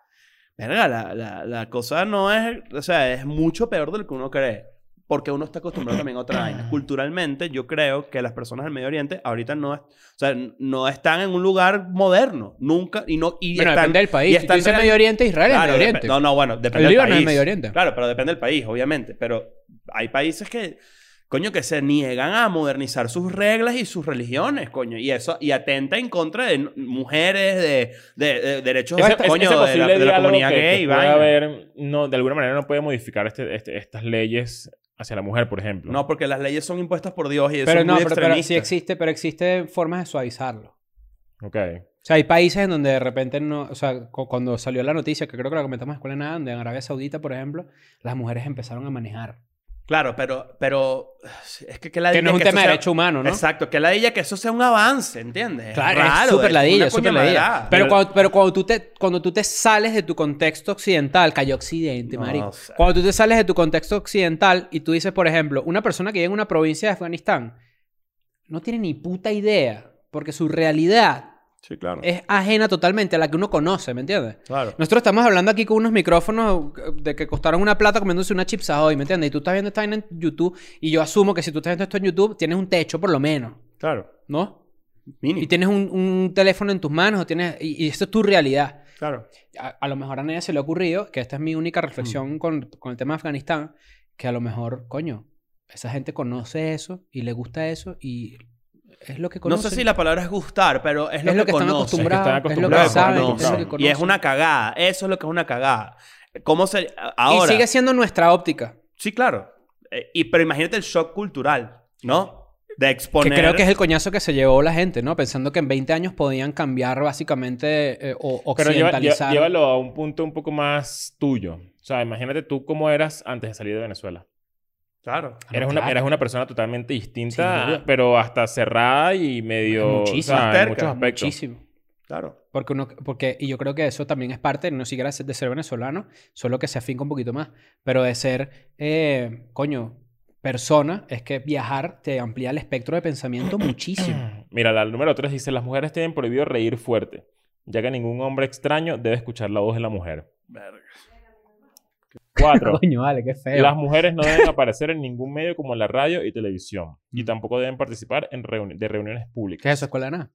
C: Verga, la, la, la cosa no es... O sea, es mucho peor de lo que uno cree. Porque uno está acostumbrado también a otra
D: *clears throat*
C: vaina. Culturalmente, yo creo que las personas del Medio Oriente ahorita no, es- o sea, no están en un lugar moderno. Nunca. Y no, y
D: bueno,
C: están,
D: depende del
C: y
D: país. Si tú
C: están
D: dices
C: real-
D: Medio Oriente, Israel es
C: Claro,
D: Medio
C: depe-
D: Oriente.
C: No, no, bueno, depende
D: El
C: del
D: Líbano es
C: país.
D: Medio Oriente.
C: Claro, pero depende del país, obviamente. Pero hay países que, coño, que se niegan a modernizar sus reglas y sus religiones, coño. Y eso, y atenta en contra de n- mujeres, de, de- de derechos,
B: Ese- ese-
C: coño,
B: ese
C: de, la,
B: posible
C: de la
B: diálogo
C: comunidad
B: que- que
C: gay,
B: puede
C: vaina.
B: haber, no, de alguna manera no puede modificar este- este- estas leyes hacia la mujer, por ejemplo.
C: No, porque las leyes son impuestas por Dios y eso
D: Pero
C: es
D: no,
C: muy
D: pero, pero sí
C: extremista.
D: existe, pero existe formas de suavizarlo.
B: Ok.
D: O sea, hay países en donde de repente no, o sea, cu- cuando salió la noticia, que creo que la comentamos en Escuela de Nada, donde en Arabia Saudita, por ejemplo, las mujeres empezaron a manejar.
C: Claro, pero, pero es que, que la
D: Que no es un
C: eso
D: tema de
C: sea-
D: derecho humano, ¿no?
C: Exacto, que la ella que eso sea un avance, ¿entiendes?
D: Claro,
C: raro,
D: es súper
C: una
D: ladilla,
C: coña
D: es súper ladilla.
C: madrada.
D: Pero, cuando, pero cuando, tú te, cuando tú te sales de tu contexto occidental, cayó occidente,
C: No,
D: marico.
C: o sea.
D: Cuando tú te sales de tu contexto occidental y tú dices, por ejemplo, una persona que vive en una provincia de Afganistán no tiene ni puta idea, porque su realidad
C: Sí, claro.
D: es ajena totalmente a la que uno conoce, ¿me entiendes?
C: Claro.
D: Nosotros estamos hablando aquí con unos micrófonos eh, de que costaron una plata comiéndose una chipsa hoy, ¿me entiendes? Y tú estás viendo esta vaina en YouTube y yo asumo que si tú estás viendo esto en YouTube tienes un techo por lo menos,
C: Claro.
D: ¿no?
C: Mínimo.
D: Y tienes un, un teléfono en tus manos o tienes, y, y esto es tu realidad.
C: Claro.
D: A, a lo mejor a nadie se le ha ocurrido, que esta es mi única
C: Mm.
D: reflexión con, con el tema de Afganistán, que a lo mejor, coño, esa gente conoce eso y le gusta eso y es lo que
C: No
D: conoce.
C: sé si la palabra es gustar, pero es lo que,
D: están
C: conocen.
D: acostumbrados,
B: Es que están
D: es, lo que
B: acostumbrados,
D: saben,
C: conocen.
D: es lo que conocen.
C: Y es una cagada. Eso es lo que es una cagada. ¿Cómo se...? Ahora...
D: Y sigue siendo nuestra óptica.
C: Sí, claro. Eh, y, pero imagínate el shock cultural, ¿no? de
D: Que
C: exponer.
D: creo que es el coñazo que se llevó la gente, ¿no? Pensando que en 20 años podían cambiar básicamente eh, o
B: Pero lleva- lle-
D: occidentalizar.
B: llévalo a un punto un poco más tuyo. O sea, imagínate tú cómo eras antes de salir de Venezuela.
C: Claro.
D: Ah, no,
B: Eras, una,
D: claro.
B: eras una persona totalmente
D: Sin
B: distinta,
D: duda.
B: pero hasta cerrada y medio...
D: Muchísimo.
B: o sea, en
C: Más terca.
B: muchos aspectos.
D: Muchísimo.
C: Claro.
D: Porque uno, porque, y yo creo que eso también es parte, no siquiera de ser venezolano, solo que se afinca un poquito más, pero de ser, eh, coño, persona, es que viajar te amplía el espectro
B: *clears throat*
D: de pensamiento muchísimo.
B: Mira, la número 3 dice, las mujeres tienen prohibido reír fuerte, ya que ningún hombre extraño debe escuchar la voz de la mujer.
C: Verga.
D: *laughs*
B: 4.
D: coño, vale, qué feo.
B: Las mujeres no deben aparecer en ningún medio como la radio y televisión, y
C: Mm.
B: tampoco deben participar en reuni- de reuniones
D: ¿Qué
B: públicas.
D: es eso, escuela de
B: *laughs*
D: nada?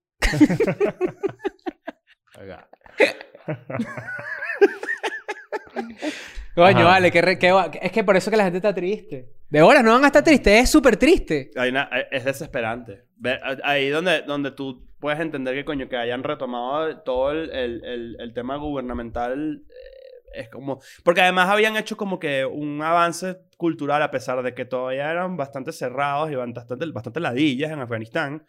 D: Coño,
B: Ajá.
D: vale, qué re- qué va- es que por eso que la gente está triste. De horas no van a estar tristes, es súper triste.
C: Hay una- eh, es desesperante. Ver- ahí donde, donde tú puedes entender que, coño, que hayan retomado todo el, el- el- el tema gubernamental eh, es como... Porque además habían hecho como que un avance cultural a pesar de que todavía eran bastante cerrados y van bastante, bastante ladillas en Afganistán.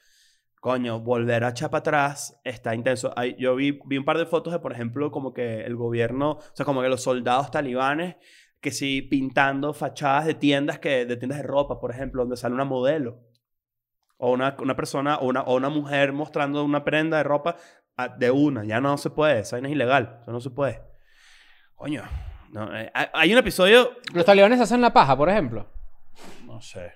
C: Coño, volver a chapa atrás está intenso. Hay- yo vi, vi un par de fotos de, por ejemplo, como que el gobierno, o sea, como que los soldados talibanes que sí pintando fachadas de tiendas que de tiendas de ropa, por ejemplo, donde sale una modelo o una, una persona o una, o una mujer mostrando una prenda de ropa a- de una, ya no se puede, esa vaina es ilegal, eso no se puede. Coño, no, eh, hay- hay un episodio,
D: Los talibanes hacen la paja, por ejemplo.
C: no sé.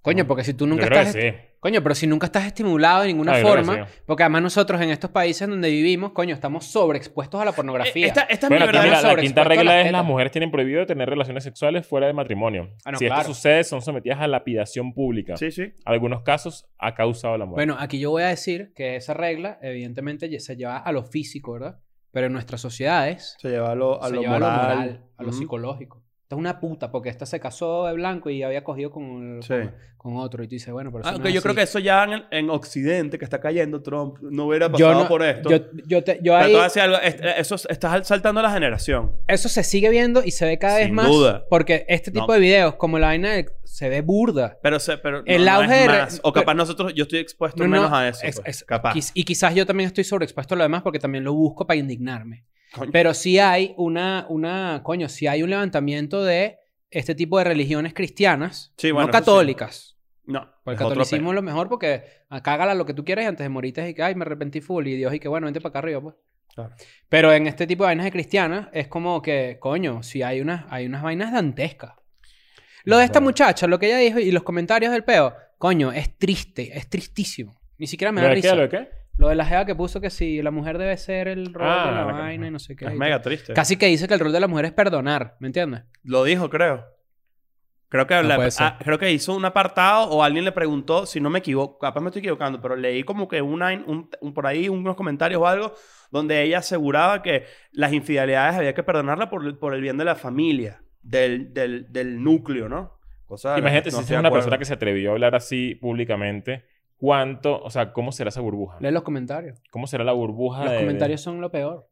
D: Coño, porque si tú
B: Yo
D: nunca
B: creo que
D: estás...
B: sí.
D: Coño, pero si nunca estás estimulado de ninguna
B: Ah, yo creo que
D: forma,
B: sí.
D: porque además nosotros en estos países donde vivimos, coño, estamos sobreexpuestos a la pornografía.
C: Eh, Esta, esta es
B: Bueno, aquí
C: mi verdadera
B: mira, la
D: sobreexpuesto
B: quinta
D: a las
B: regla es
D: tetas.
B: las mujeres tienen prohibido tener relaciones sexuales fuera de matrimonio.
D: Ah, no,
B: si
D: claro.
B: esto sucede, son sometidas a lapidación pública.
C: Sí, sí.
B: Algunos casos ha causado la muerte.
D: Bueno, aquí yo voy a decir que esa regla, evidentemente, ye- se lleva a lo físico, ¿verdad? Pero en nuestras sociedades
C: Se lleva a lo, a
D: se
C: lo
D: lleva
C: moral.
D: a lo moral, a lo
C: Ujú.
D: psicológico. Esta es una puta, porque esta se casó de blanco y había cogido con,
C: Sí.
D: con, con otro. Y tú dices, bueno, pero eso no
C: Aunque
D: es
C: Ah, yo creo
D: así.
C: que eso ya en, en Occidente, que está cayendo Trump, no hubiera pasado
D: no-
C: por esto.
D: Yo, yo te- yo
C: Pero
D: ahí-
C: te voy a decir algo, es- eso es- estás saltando la generación.
D: eso se sigue viendo y se ve cada vez
C: Sin
D: más.
C: duda.
D: Porque este
C: No.
D: tipo de videos, como la vaina, de- se ve burda.
C: Pero, se, pero no-
D: El
C: no
D: auge
C: es
D: de re-
C: más. O capaz nosotros, yo estoy expuesto
D: No, no,
C: menos a eso.
D: es-
C: pues.
D: es-
C: capaz.
D: quiz- y quizás yo también estoy sobreexpuesto a lo demás porque también lo busco para indignarme.
C: Coño.
D: Pero sí hay una, una, coño, sí hay un levantamiento de este tipo de religiones cristianas,
C: Sí, bueno,
D: no
C: eso sí.
D: católicas.
C: no,
D: Porque
C: es
D: el
C: otro
D: catolicismo
C: peo.
D: es lo mejor porque ah, cágala lo que tú quieras y antes de morirte es y que, ay, me arrepentí full y Dios y que, bueno, vente para acá arriba, pues.
C: Claro.
D: Pero en este tipo de vainas de cristianas es como que, coño, sí hay unas, hay unas vainas dantescas. Lo de esta
B: Bueno.
D: muchacha, lo que ella dijo y los comentarios del peo, coño, es triste, es tristísimo. Ni siquiera me
B: ¿Lo
D: da
B: de qué?
D: risa.
B: ¿Lo de qué?
D: Lo de la jeva que puso que si la mujer debe ser el rol
B: Ah,
D: de la
B: la que-
D: vaina y no sé qué.
C: Es
D: y
C: mega triste.
D: tal. Casi que dice que el rol de la mujer es perdonar, ¿me entiendes?
C: Lo dijo, creo. Creo que,
D: No
C: la-
D: puede ser.
C: ah, creo que hizo un apartado o alguien le preguntó, si no me equivoco, capaz me estoy equivocando, pero leí como que una, un- un- por ahí unos comentarios o algo donde ella aseguraba que las infidelidades había que perdonarla por, por el bien de la familia, del, del, del núcleo, ¿no? Cosa de la que
B: Imagínate
C: no
B: si
C: estoy
B: es
C: de
B: una
C: acuerdo.
B: persona que se atrevió a hablar así públicamente. ¿Cuánto? O sea, ¿cómo será esa burbuja?
D: Lee los comentarios.
B: ¿Cómo será la burbuja
C: Ah,
D: Los
B: de- de-
D: comentarios son lo peor.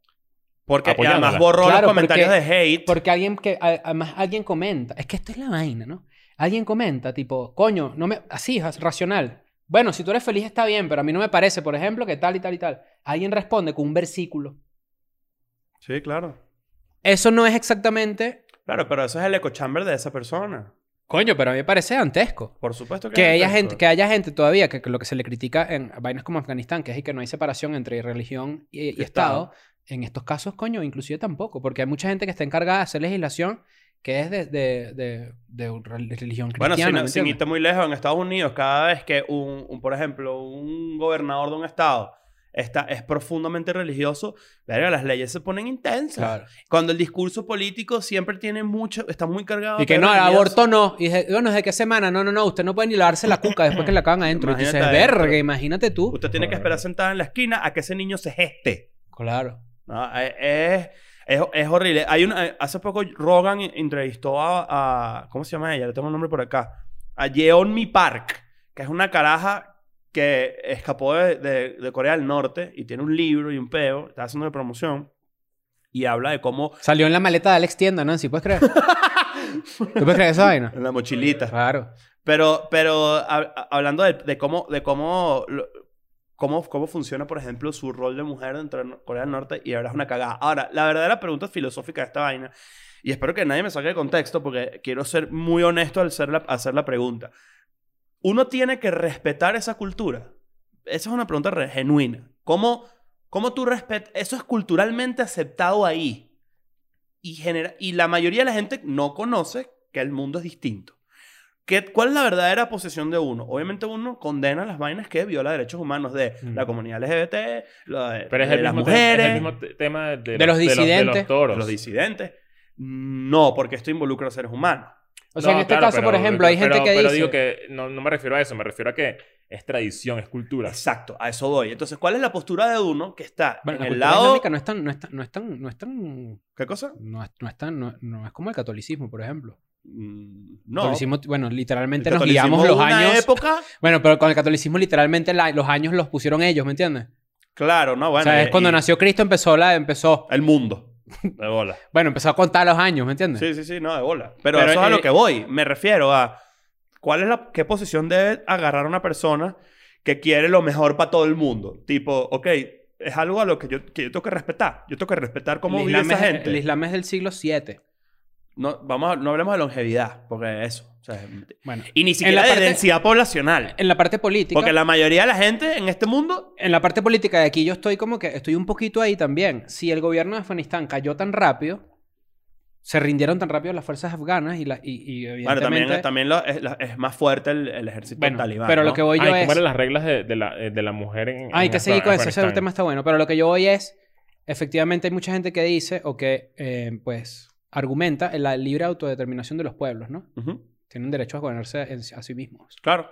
C: Porque y
B: apoyándola.
C: además borró
D: Claro,
C: los comentarios
D: porque-
C: de hate.
D: Porque alguien que, a- además, alguien comenta. Es que esto es la vaina, ¿no? Alguien comenta, tipo, coño, no me... Así, es racional. Bueno, si tú eres feliz está bien, pero a mí no me parece, por ejemplo, que tal y tal y tal. Alguien responde con un versículo.
C: Sí, claro.
D: Eso no es exactamente...
C: Claro, pero eso es el eco chamber de esa persona.
D: Coño, pero a mí me parece dantesco.
C: Por supuesto que
D: Que
C: es
D: haya,
C: eco.
D: gente, que haya gente todavía que, que lo que se le critica en vainas como Afganistán, que es que no hay separación entre religión y, y
C: Estado.
D: Estado, en estos casos, coño, inclusive tampoco, porque hay mucha gente que está encargada de hacer legislación que es de, de, de- de un rel- religión
C: Bueno,
D: cristiana.
C: sin,
D: ¿me
C: sin
D: entiendes?
C: irte muy lejos, en Estados Unidos, cada vez que un, un, por ejemplo, un gobernador de un estado está, es profundamente religioso, verga, las leyes se ponen intensas.
D: Claro.
C: Cuando el discurso político siempre tiene mucho, está muy cargado.
D: Y que
C: de
D: no, el
C: religioso.
D: aborto no. Y dice, bueno, ¿desde qué semana? No, no, no, usted no puede ni lavarse la cuca después que la acaban adentro. Y tú dices,
C: Imagínate adentro.
D: verga, imagínate tú.
C: Usted tiene que esperar sentado en la esquina a que ese niño se geste.
D: Claro.
C: No, es, es, es- es horrible. Hay una, eh, hace poco Rogan entrevistó a, a- ¿Cómo se llama ella? Le tengo el nombre por acá. A Yeonmi Park, que es una caraja que escapó de, de- de Corea del Norte y tiene un libro y un peo. Está haciendo de promoción. Y habla de cómo... *laughs*
D: Salió en la maleta de Alex Tienda, ¿no? Si puedes creer. ¿Tú puedes creer esa vaina?
C: En la mochilita.
D: Claro.
C: Pero, pero hab- hablando de, de cómo, de cómo, lo- cómo, cómo funciona, por ejemplo, su rol de mujer dentro de Nor- Corea del Norte, y ahora es una cagada. Ahora, la verdadera pregunta filosófica de esta vaina, y espero que nadie me saque de contexto, porque quiero ser muy honesto al ser la- hacer la pregunta. ¿Uno tiene que respetar esa cultura? Esa es una pregunta re- genuina. ¿Cómo, cómo tú respetas? Eso es culturalmente aceptado ahí. Y, genera y la mayoría de la gente no conoce que el mundo es distinto. ¿Qué, ¿Cuál es la verdadera posesión de uno? Obviamente uno condena las vainas que viola derechos humanos de
B: Mm.
C: la comunidad LGBT, la de,
B: Pero es
C: de
B: el,
C: las
B: mismo te- es
C: mujeres,
B: el mismo te- tema de,
D: De los
B: De
D: disidentes.
B: los toros.
C: de los disidentes. No, porque esto involucra a seres humanos.
D: O sea,
B: No,
D: en este
B: claro,
D: caso,
B: pero-
D: por ejemplo, hay gente
B: pero-
D: que dice...
B: Pero digo que no, no me refiero a eso, me refiero a que es tradición, es cultura.
C: Exacto, a eso voy. Entonces, ¿cuál es la postura de uno que está
D: Bueno, la
C: en el
D: cultura
C: lado...
D: islámica no es tan... No es tan... No es tan... No es, tan-
C: ¿Qué cosa?
D: no es- no es tan- no- no es como el catolicismo, por ejemplo.
C: Mm,
D: El
C: No.
D: catolicismo, bueno, literalmente
C: El
D: nos
C: catolicismo
D: guiamos los
C: hubo una
D: años...
C: época?
D: Bueno, pero con el catolicismo literalmente la- los años los pusieron ellos, ¿me entiendes?
C: Claro, no, bueno.
D: o sea, es
C: y-
D: cuando
C: y
D: nació Cristo empezó la... Empezó...
C: El mundo. De bola.
D: Bueno, empezó a contar los años, ¿me entiendes?
C: Sí, sí, sí, no, de bola. Pero,
D: Pero,
C: eso es a
D: eh,
C: lo que voy. Me refiero a cuál es la qué posición debe agarrar una persona que quiere lo mejor para todo el mundo. Tipo, ok, es algo a lo que yo, que yo tengo que respetar. Yo tengo que respetar cómo
D: el,
C: vive
D: islam
C: esa
D: es,
C: gente.
D: el islam es del siglo VII.
C: No, vamos a- no hablemos de longevidad, porque eso. o sea,
D: Bueno,
C: y ni siquiera
D: la
C: de
D: parte-
C: densidad poblacional.
D: en la parte política...
C: Porque la mayoría de la gente en este mundo.
D: En la parte política de aquí yo estoy como que estoy un poquito ahí también. Si el gobierno de Afganistán cayó tan rápido, se rindieron tan rápido las fuerzas afganas y, la, y, y
C: Bueno,
D: evidentemente...
C: también, también lo- es, la- es más fuerte el, el ejército
D: Bueno,
C: talibán.
D: pero lo
C: ¿no?
D: que voy
B: Ay,
D: yo
B: ¿cómo
D: es...
B: eran las reglas de, de la, eh, de la mujer en
D: Hay
B: en
D: que seguir
B: Afga-
D: con eso, ese
B: Afganistán?
D: tema está bueno. Pero lo que yo voy es, efectivamente hay mucha gente que dice o que, eh, pues, argumenta en la libre autodeterminación de los pueblos, ¿no?
C: Ujú,
D: Tienen derecho a gobernarse en- a sí mismos.
C: Claro.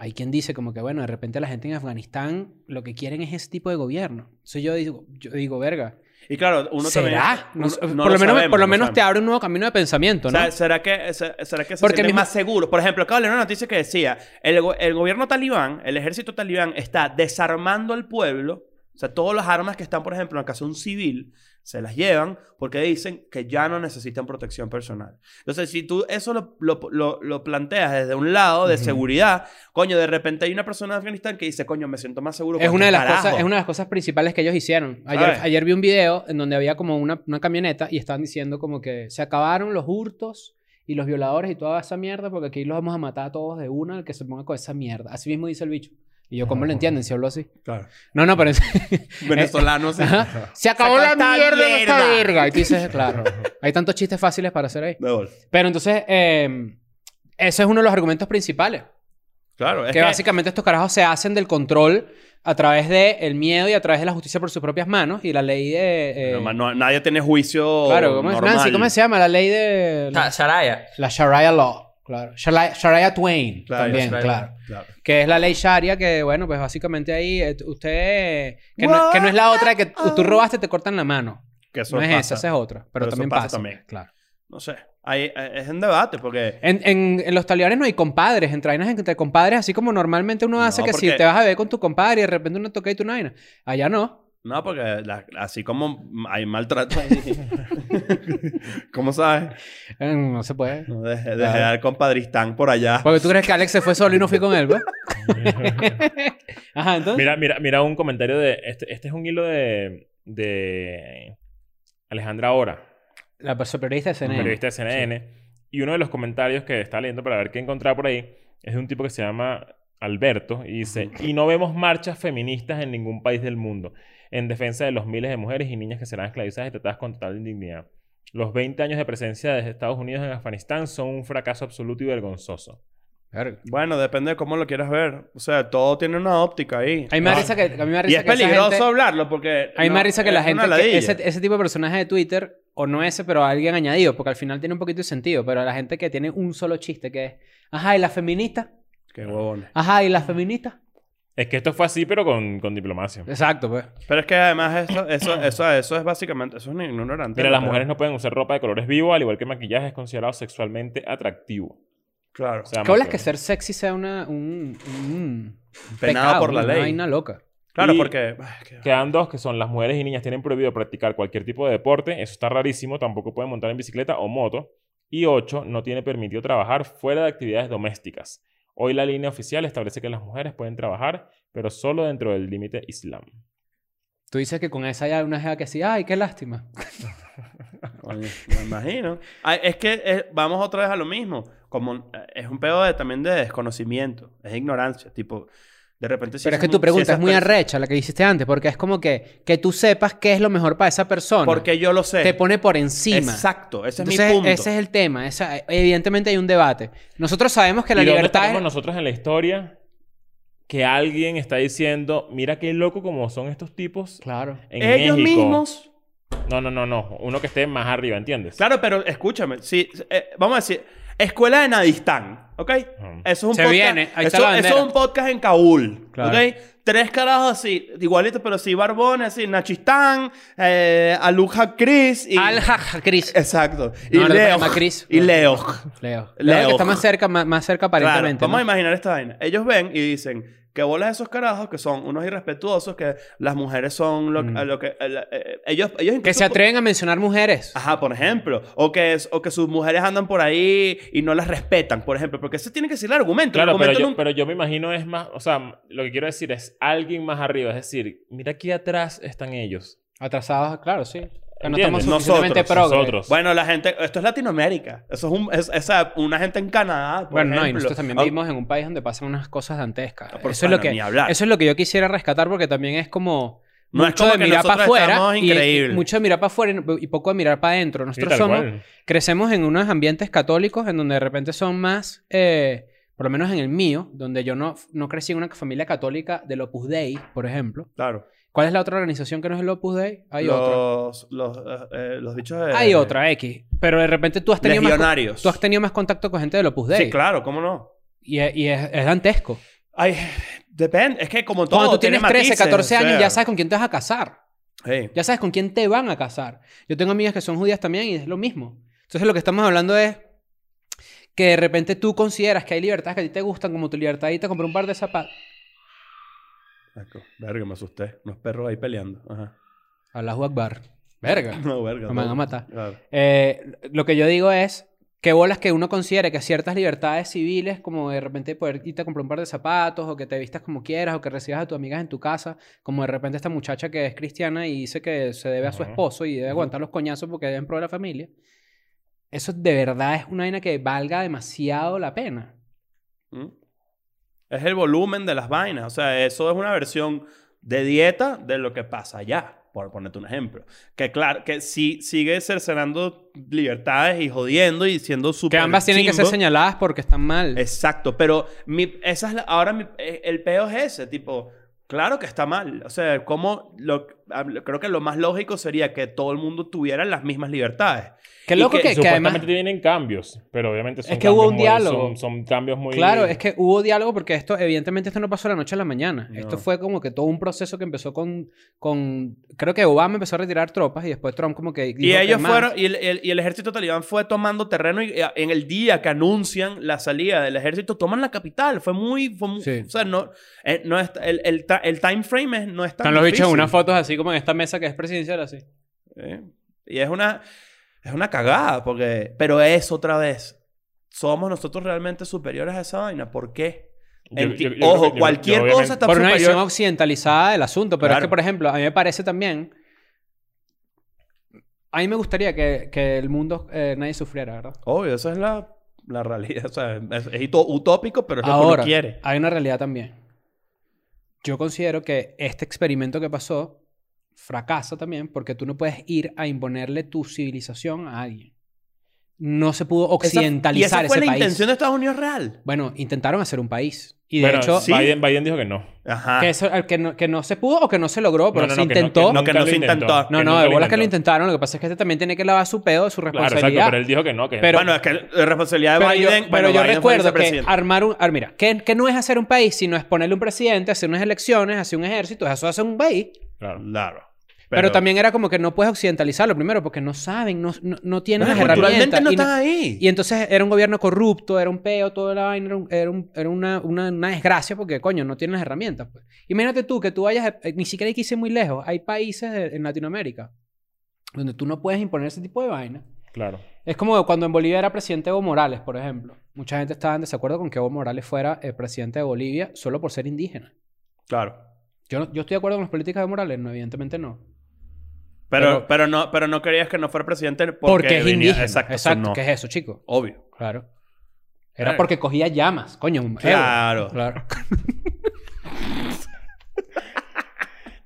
D: Hay quien dice como que, bueno, de repente la gente en Afganistán lo que quieren es ese tipo de gobierno. Entonces yo digo, yo digo verga.
C: Y claro, uno
D: ¿Será?
C: también.
D: No
C: uno-
D: sé,
C: no
D: por lo menos,
C: sabemos,
D: por lo
C: no
D: menos te
C: sabemos.
D: abre un nuevo camino de pensamiento,
C: O
D: ¿no?
C: sea, ¿será que, se- ¿Será que se
D: Porque
C: sienten
D: mismo-
C: más seguros? Por ejemplo, acabo de leer una noticia que decía, el, go- el gobierno talibán, el ejército talibán está desarmando al pueblo, o sea, todas las armas que están, por ejemplo, en la casa de un civil, se las llevan porque dicen que ya no necesitan protección personal. Entonces, si tú eso lo, lo, lo- lo planteas desde un lado de seguridad, coño, de repente hay una persona de Afganistán que dice, coño, me siento más seguro.
D: es
C: con
D: una, de
C: este
D: las cosas,
C: carajo". *laughs*
D: es una de las cosas principales que ellos hicieron. Ayer,
C: ¿Sabes?
D: ayer vi un video en donde había como una, una camioneta y estaban diciendo como que se acabaron los hurtos y los violadores y toda esa mierda porque aquí los vamos a matar a todos de una al que se ponga con esa mierda. Así mismo dice el bicho. Y yo, ¿cómo lo entienden si hablo así?
C: Claro.
D: No, no, *laughs* pero... en
C: Venezolanos.
D: eh, Ajá. se acabó
C: Se
D: la
C: acabó esta
D: mierda de esta
C: mierda.
D: verga. Y tú dices, claro. Hay tantos chistes fáciles para hacer ahí.
C: De bola.
D: Pero entonces, eh, ese es uno de los argumentos principales.
C: Claro, es
D: que, básicamente estos carajos se hacen del control a través del miedo y a través de la justicia por sus propias manos y la ley de... eh,
C: Pero, man, no- nadie tiene juicio.
D: claro, ¿cómo es?
C: normal.
D: Nancy, ¿cómo se llama? La ley de... La,
E: Sa- Ah, Saraya.
D: la Sharia Law. Claro. Sharia, Sharia Twain
C: Claro,
D: también,
E: Sharia.
D: claro.
C: Claro.
D: Que es la ley Sharia que, bueno, pues básicamente ahí eh, t- usted... Que no, que no es la otra que t- tú robaste, te cortan la mano.
C: Que eso
D: no es
C: pasa.
D: esa, esa es otra. Pero,
C: Pero eso
D: también
C: pasa
D: pasa.
C: también.
D: Claro.
C: No sé. Ahí, eh, es en debate porque.
D: En, en- en los talibanes no hay compadres, entre vainas entre compadres, así como normalmente uno
C: No,
D: hace que si
C: porque-
D: te vas a ver con tu compadre y de repente uno toca y tú una vaina. Allá no.
C: No, porque la- así como hay maltrato. ahí. *laughs* ¿Cómo sabes?
D: Eh, No se puede.
C: No, de, de
D: Claro. Pues-
C: generar compadristán por allá.
D: Porque tú crees que Alex se fue solo y no fui con él, ¿ves? Ajá, entonces.
B: *laughs* Mira, mira, mira un comentario de. Este, este es un hilo de. de Alejandra Hora,
D: La perso- periodista de CNN.
B: periodista de CNN. Y uno de los comentarios que está leyendo para ver qué encontrar por ahí es de un tipo que se llama Alberto y dice: Y no vemos marchas feministas en ningún país del mundo en defensa de los miles de mujeres y niñas que serán esclavizadas y tratadas con total indignidad. Los 20 años de presencia de Estados Unidos en Afganistán son un fracaso absoluto y vergonzoso.
D: Verga.
C: Bueno, depende de cómo lo quieras ver. O sea, todo tiene una óptica ahí. Ah,
D: A mí me da risa que, a mí me da
C: y
D: risa
C: es
D: que esa
C: peligroso
D: gente-
C: hablarlo porque.
D: A mí me da
C: no,
D: risa que
C: es
D: la
C: una
D: gente, que
C: ladilla.
D: ese, ese tipo de personaje de Twitter, o no ese, pero alguien añadido, porque al final tiene un poquito de sentido, pero la gente que tiene un solo chiste que es, ajá, y las feministas,
C: Qué huevones.
D: ajá, y las feministas.
B: Es que esto fue así, pero con, con diplomacia.
D: Exacto, pues.
C: Pero es que además eso,
D: *coughs*
C: eso, eso, eso es básicamente. Eso es un ignorante.
B: Mira,
C: ¿no?
B: las
C: Pero-
B: mujeres no pueden usar ropa de colores vivos, al igual que el maquillaje es considerado sexualmente atractivo.
C: Claro.
B: O sea,
D: ¿Qué hablas
B: más
D: que ser sexy sea una, un, un
C: penado
D: pecado,
C: por la
D: Una
C: ley.
D: vaina loca.
C: Claro,
B: Y-
C: porque. ay, qué-
B: Quedan dos, que son las mujeres y niñas tienen prohibido practicar cualquier tipo de deporte. Eso está rarísimo. Tampoco pueden montar en bicicleta o moto. Y 8. No tiene permitido trabajar fuera de actividades domésticas. Hoy la línea oficial establece que las mujeres pueden trabajar, pero solo dentro del límite islam.
D: Tú dices que con esa ya una jeva que sí, ay, qué lástima.
C: Coño, me imagino. Ay, es que eh, vamos otra vez a lo mismo. Como un- eh, es un pedo de- también de desconocimiento, es ignorancia, tipo de repente si
D: Pero es
C: esas
D: que
C: mu-
D: tu
C: si
D: pregunta
C: esas
D: es muy
C: pers-
D: arrecha, la que hiciste antes, porque es como que, que tú sepas qué es lo mejor para esa persona.
C: Porque yo lo sé.
D: te pone por encima.
C: Exacto, ese es
D: Entonces,
C: mi punto.
D: ese es el tema. Esa- evidentemente hay un debate. Nosotros sabemos que la
B: ¿Y dónde
D: libertad
B: estaremos
D: es...
B: nosotros en la historia que alguien está diciendo, mira qué loco como son estos tipos
D: Claro.
B: en
C: Ellos
B: México"?
C: mismos.
B: No, no, no, no. Uno que esté más arriba, ¿entiendes?
C: Claro, pero escúchame, si, eh, vamos a decir, escuela de Nadistán, ¿ok?
B: Ujú.
C: Eso es un
D: Se
C: podcast.
D: viene, ahí está
C: eso,
D: la bandera.
C: eso es un podcast en Kabul,
D: Claro.
C: ¿ok? Tres carajos así, igualitos, pero sí, barbones, así, Nachistán, eh, Aluja Chris y.
D: Al jaja, Cris.
C: Exacto. Y
D: No, no te
C: Leo.
D: llama Chris.
C: *laughs* Y Leo.
D: Leo.
C: Leo.
D: Leo que está más cerca, más, más cerca
C: Claro,
D: aparentemente.
C: vamos a
D: ¿no?
C: imaginar esta vaina. Ellos ven y dicen que bolas esos carajos que son unos irrespetuosos, que las mujeres son lo, a lo que... a la- eh, ellos, ellos
D: Mm. Que
C: incluso
D: se
C: po-
D: atreven a mencionar mujeres.
C: Ajá, por ejemplo. O que, es- o que sus mujeres andan por ahí y no las respetan, por ejemplo. Porque ese tiene que ser el argumento.
B: Claro,
C: el
B: pero
C: argumento
B: yo,
C: nunca-
B: pero yo me imagino es más, o sea, lo que quiero decir es alguien más arriba, es decir, mira aquí atrás están ellos.
D: Atrasados, claro, sí. Que no
B: ¿Entiendes?
D: estamos suficientemente
B: Nosotros,
D: progres.
B: nosotros.
C: Bueno, la gente... Esto es Latinoamérica. Eso es, un, es, es a- una gente en Canadá, por
D: Bueno, no, y
C: ejemplo.
D: nosotros también
C: Ah,
D: vivimos en un país donde pasan unas cosas dantescas.
C: Ah, por
D: eso, es lo
C: pana,
D: que,
C: ni hablar.
D: eso es lo que yo quisiera rescatar porque también es como...
C: No es
D: mucho
C: como
D: de
C: que
D: mirar para
C: nosotros
D: afuera
C: estamos
D: y- y
C: increíble.
D: mucho de mirar para afuera y- y poco de mirar para adentro.
B: Sí,
D: Nosotros
B: tal
D: somos
B: cual.
D: crecemos en unos ambientes católicos en donde de repente son más, eh, por lo menos en el mío, donde yo no, no crecí en una familia católica del Opus Dei, por ejemplo.
C: Claro.
D: ¿Cuál es la otra organización que no es el Opus Dei? Hay otra.
C: los, Los, eh, eh, los bichos de...
D: Hay otra, X. Pero de repente tú has tenido más... con-
C: Legionarios.
D: Tú has tenido más contacto con gente del Opus Dei.
C: Sí, claro, ¿cómo no?
D: Y, es, y es- es dantesco.
C: Ay, depende. Es que como todo.
D: Cuando tú
C: tiene
D: tienes 13,
C: matices,
D: 14
C: o sea.
D: años, ya sabes con quién te vas a casar.
C: Sí.
D: Ya sabes con quién te van a casar. Yo tengo amigas que son judías también y es lo mismo. Entonces lo que estamos hablando es que de repente tú consideras que hay libertades que a ti te gustan, como tu libertad y te compré un par de zapatos.
C: Exacto. Verga, me asusté. Unos perros ahí peleando. Ajá. *laughs*
D: Allahu Akbar. Verga.
C: No, verga.
D: Me van
C: no.
D: a matar.
C: Claro.
D: Eh, lo que yo digo es que bolas que uno considere que ciertas libertades civiles, como de repente poder irte a comprar un par de zapatos, o que te vistas como quieras, o que recibas a tus amigas en tu casa, como de repente esta muchacha que es cristiana y dice que se debe a su
B: Ujú.
D: esposo y debe aguantar los coñazos porque es en pro de la familia. Eso de verdad es una vaina que valga demasiado la pena.
C: ¿Mm? Es el volumen de las vainas. O sea, eso es una versión de dieta de lo que pasa allá. Por ponerte un ejemplo. Que claro, que sí sigue cercenando libertades y jodiendo y siendo
D: Que
C: súper.
D: ambas tienen que ser
C: chimbo.
D: señaladas porque están mal.
C: Exacto, pero mi, esa es la- ahora mi- eh, el peo es ese, tipo, claro que está mal. O sea, como lo, a- lo- creo que lo más lógico sería que todo el mundo tuviera las mismas libertades.
D: Qué
C: y que
D: loco que, que
B: Supuestamente
D: además...
B: vienen cambios, pero obviamente son
D: Es que
B: cambios
D: hubo un
B: muy-
D: diálogo.
B: Son, son cambios muy...
D: Claro, es que hubo diálogo porque esto, evidentemente, esto no pasó de la noche a la mañana.
C: No.
D: Esto fue como que todo un proceso que empezó con, con. Creo que Obama empezó a retirar tropas y después Trump, como que. dijo
C: Y
D: que
C: ellos
D: más.
C: fueron, y el, el- y el ejército talibán fue tomando terreno y eh, en el día que anuncian la salida del ejército, toman la capital. Fue muy, fue muy-
D: Sí.
C: o sea, no, eh, no es- el, el, ta- el time frame es- no es tan
D: Están los bichos en
C: difícil.
D: unas fotos así como en esta mesa que es presidencial, así.
C: ¿Eh? Y es una, es una cagada, porque... Pero es otra vez. ¿Somos nosotros realmente superiores a esa vaina? ¿Por qué?
B: Yo-
C: Enti-
B: yo- yo-
C: Ojo,
B: yo- yo-
C: cualquier
B: obviamente-
C: cosa está
D: Por una visión
C: superior...
D: occidentalizada del asunto. Pero es que,
C: Claro.
D: por ejemplo, a mí me parece también. A mí me gustaría que, que el mundo eh, nadie sufriera, ¿verdad?
C: Obvio, esa es la, la realidad. *laughs* O sea, es, es hito- utópico, pero es lo que
D: Ahora,
C: uno quiere.
D: hay una realidad también. Yo considero que este experimento que pasó fracasa también porque tú no puedes ir a imponerle tu civilización a alguien. No se pudo
C: Esa-
D: occidentalizar
C: y esa fue
D: ese
C: la
D: país.
C: intención de Estados Unidos real.
D: Bueno, intentaron hacer un país. Y de
B: Bueno,
D: hecho,
C: sí.
B: Biden, Biden dijo que no.
C: Ajá.
D: que, eso- que no, que no se pudo o que no se logró, pero
B: No, no,
D: se
B: no, que
D: intentó.
C: no,
D: No,
C: que
B: nunca lo
C: se intentó.
D: no,
B: nunca
D: de
B: lo
D: bolas que lo
B: intentó.
D: intentaron. Lo que pasa es que este también tiene que lavar su pedo de su
B: Claro,
D: responsabilidad.
B: exacto, pero él dijo que no. Que
D: Pero-
C: Bueno, es que la responsabilidad de
D: Pero yo,
C: Biden...
D: pero
C: bueno,
D: yo
C: Biden fue
D: recuerdo que
C: vicepresidente.
D: armar un... ar- mira, que, que no es hacer un país, sino es ponerle un presidente, hacer unas elecciones, hacer un ejército. Eso hace un país.
B: Claro.
C: Claro.
D: Pero, también era como que no puedes occidentalizarlo primero porque no saben, no, no, no tienen
C: Bueno,
D: las
C: culturalmente
D: herramientas.
C: no
D: y, no-
C: están ahí.
D: y entonces era un gobierno corrupto, era un peo, toda la vaina, era, un- era un- era una, una, una desgracia porque, coño, no tienen las herramientas. pues. Imagínate tú que tú vayas, a- eh, ni siquiera hay que irse muy lejos. Hay países de- en Latinoamérica donde tú no puedes imponer ese tipo de vaina.
B: Claro.
D: Es como cuando en Bolivia era presidente Evo Morales, por ejemplo. Mucha gente estaba en desacuerdo con que Evo Morales fuera el presidente de Bolivia solo por ser indígena.
C: Claro.
D: Yo, no- yo estoy de acuerdo con las políticas de Evo Morales, no, evidentemente no.
C: Pero,
D: Pero-
C: pero, no, pero no querías que no fuera presidente porque,
D: Porque, es
C: venía-
D: indígena.
C: Exacto,
D: Exacto,
C: eso no.
D: ¿qué es eso, chico?
C: Obvio.
D: Claro.
C: Claro.
D: Era porque cogía llamas, coño. un- Evo.
C: Claro.
D: Claro.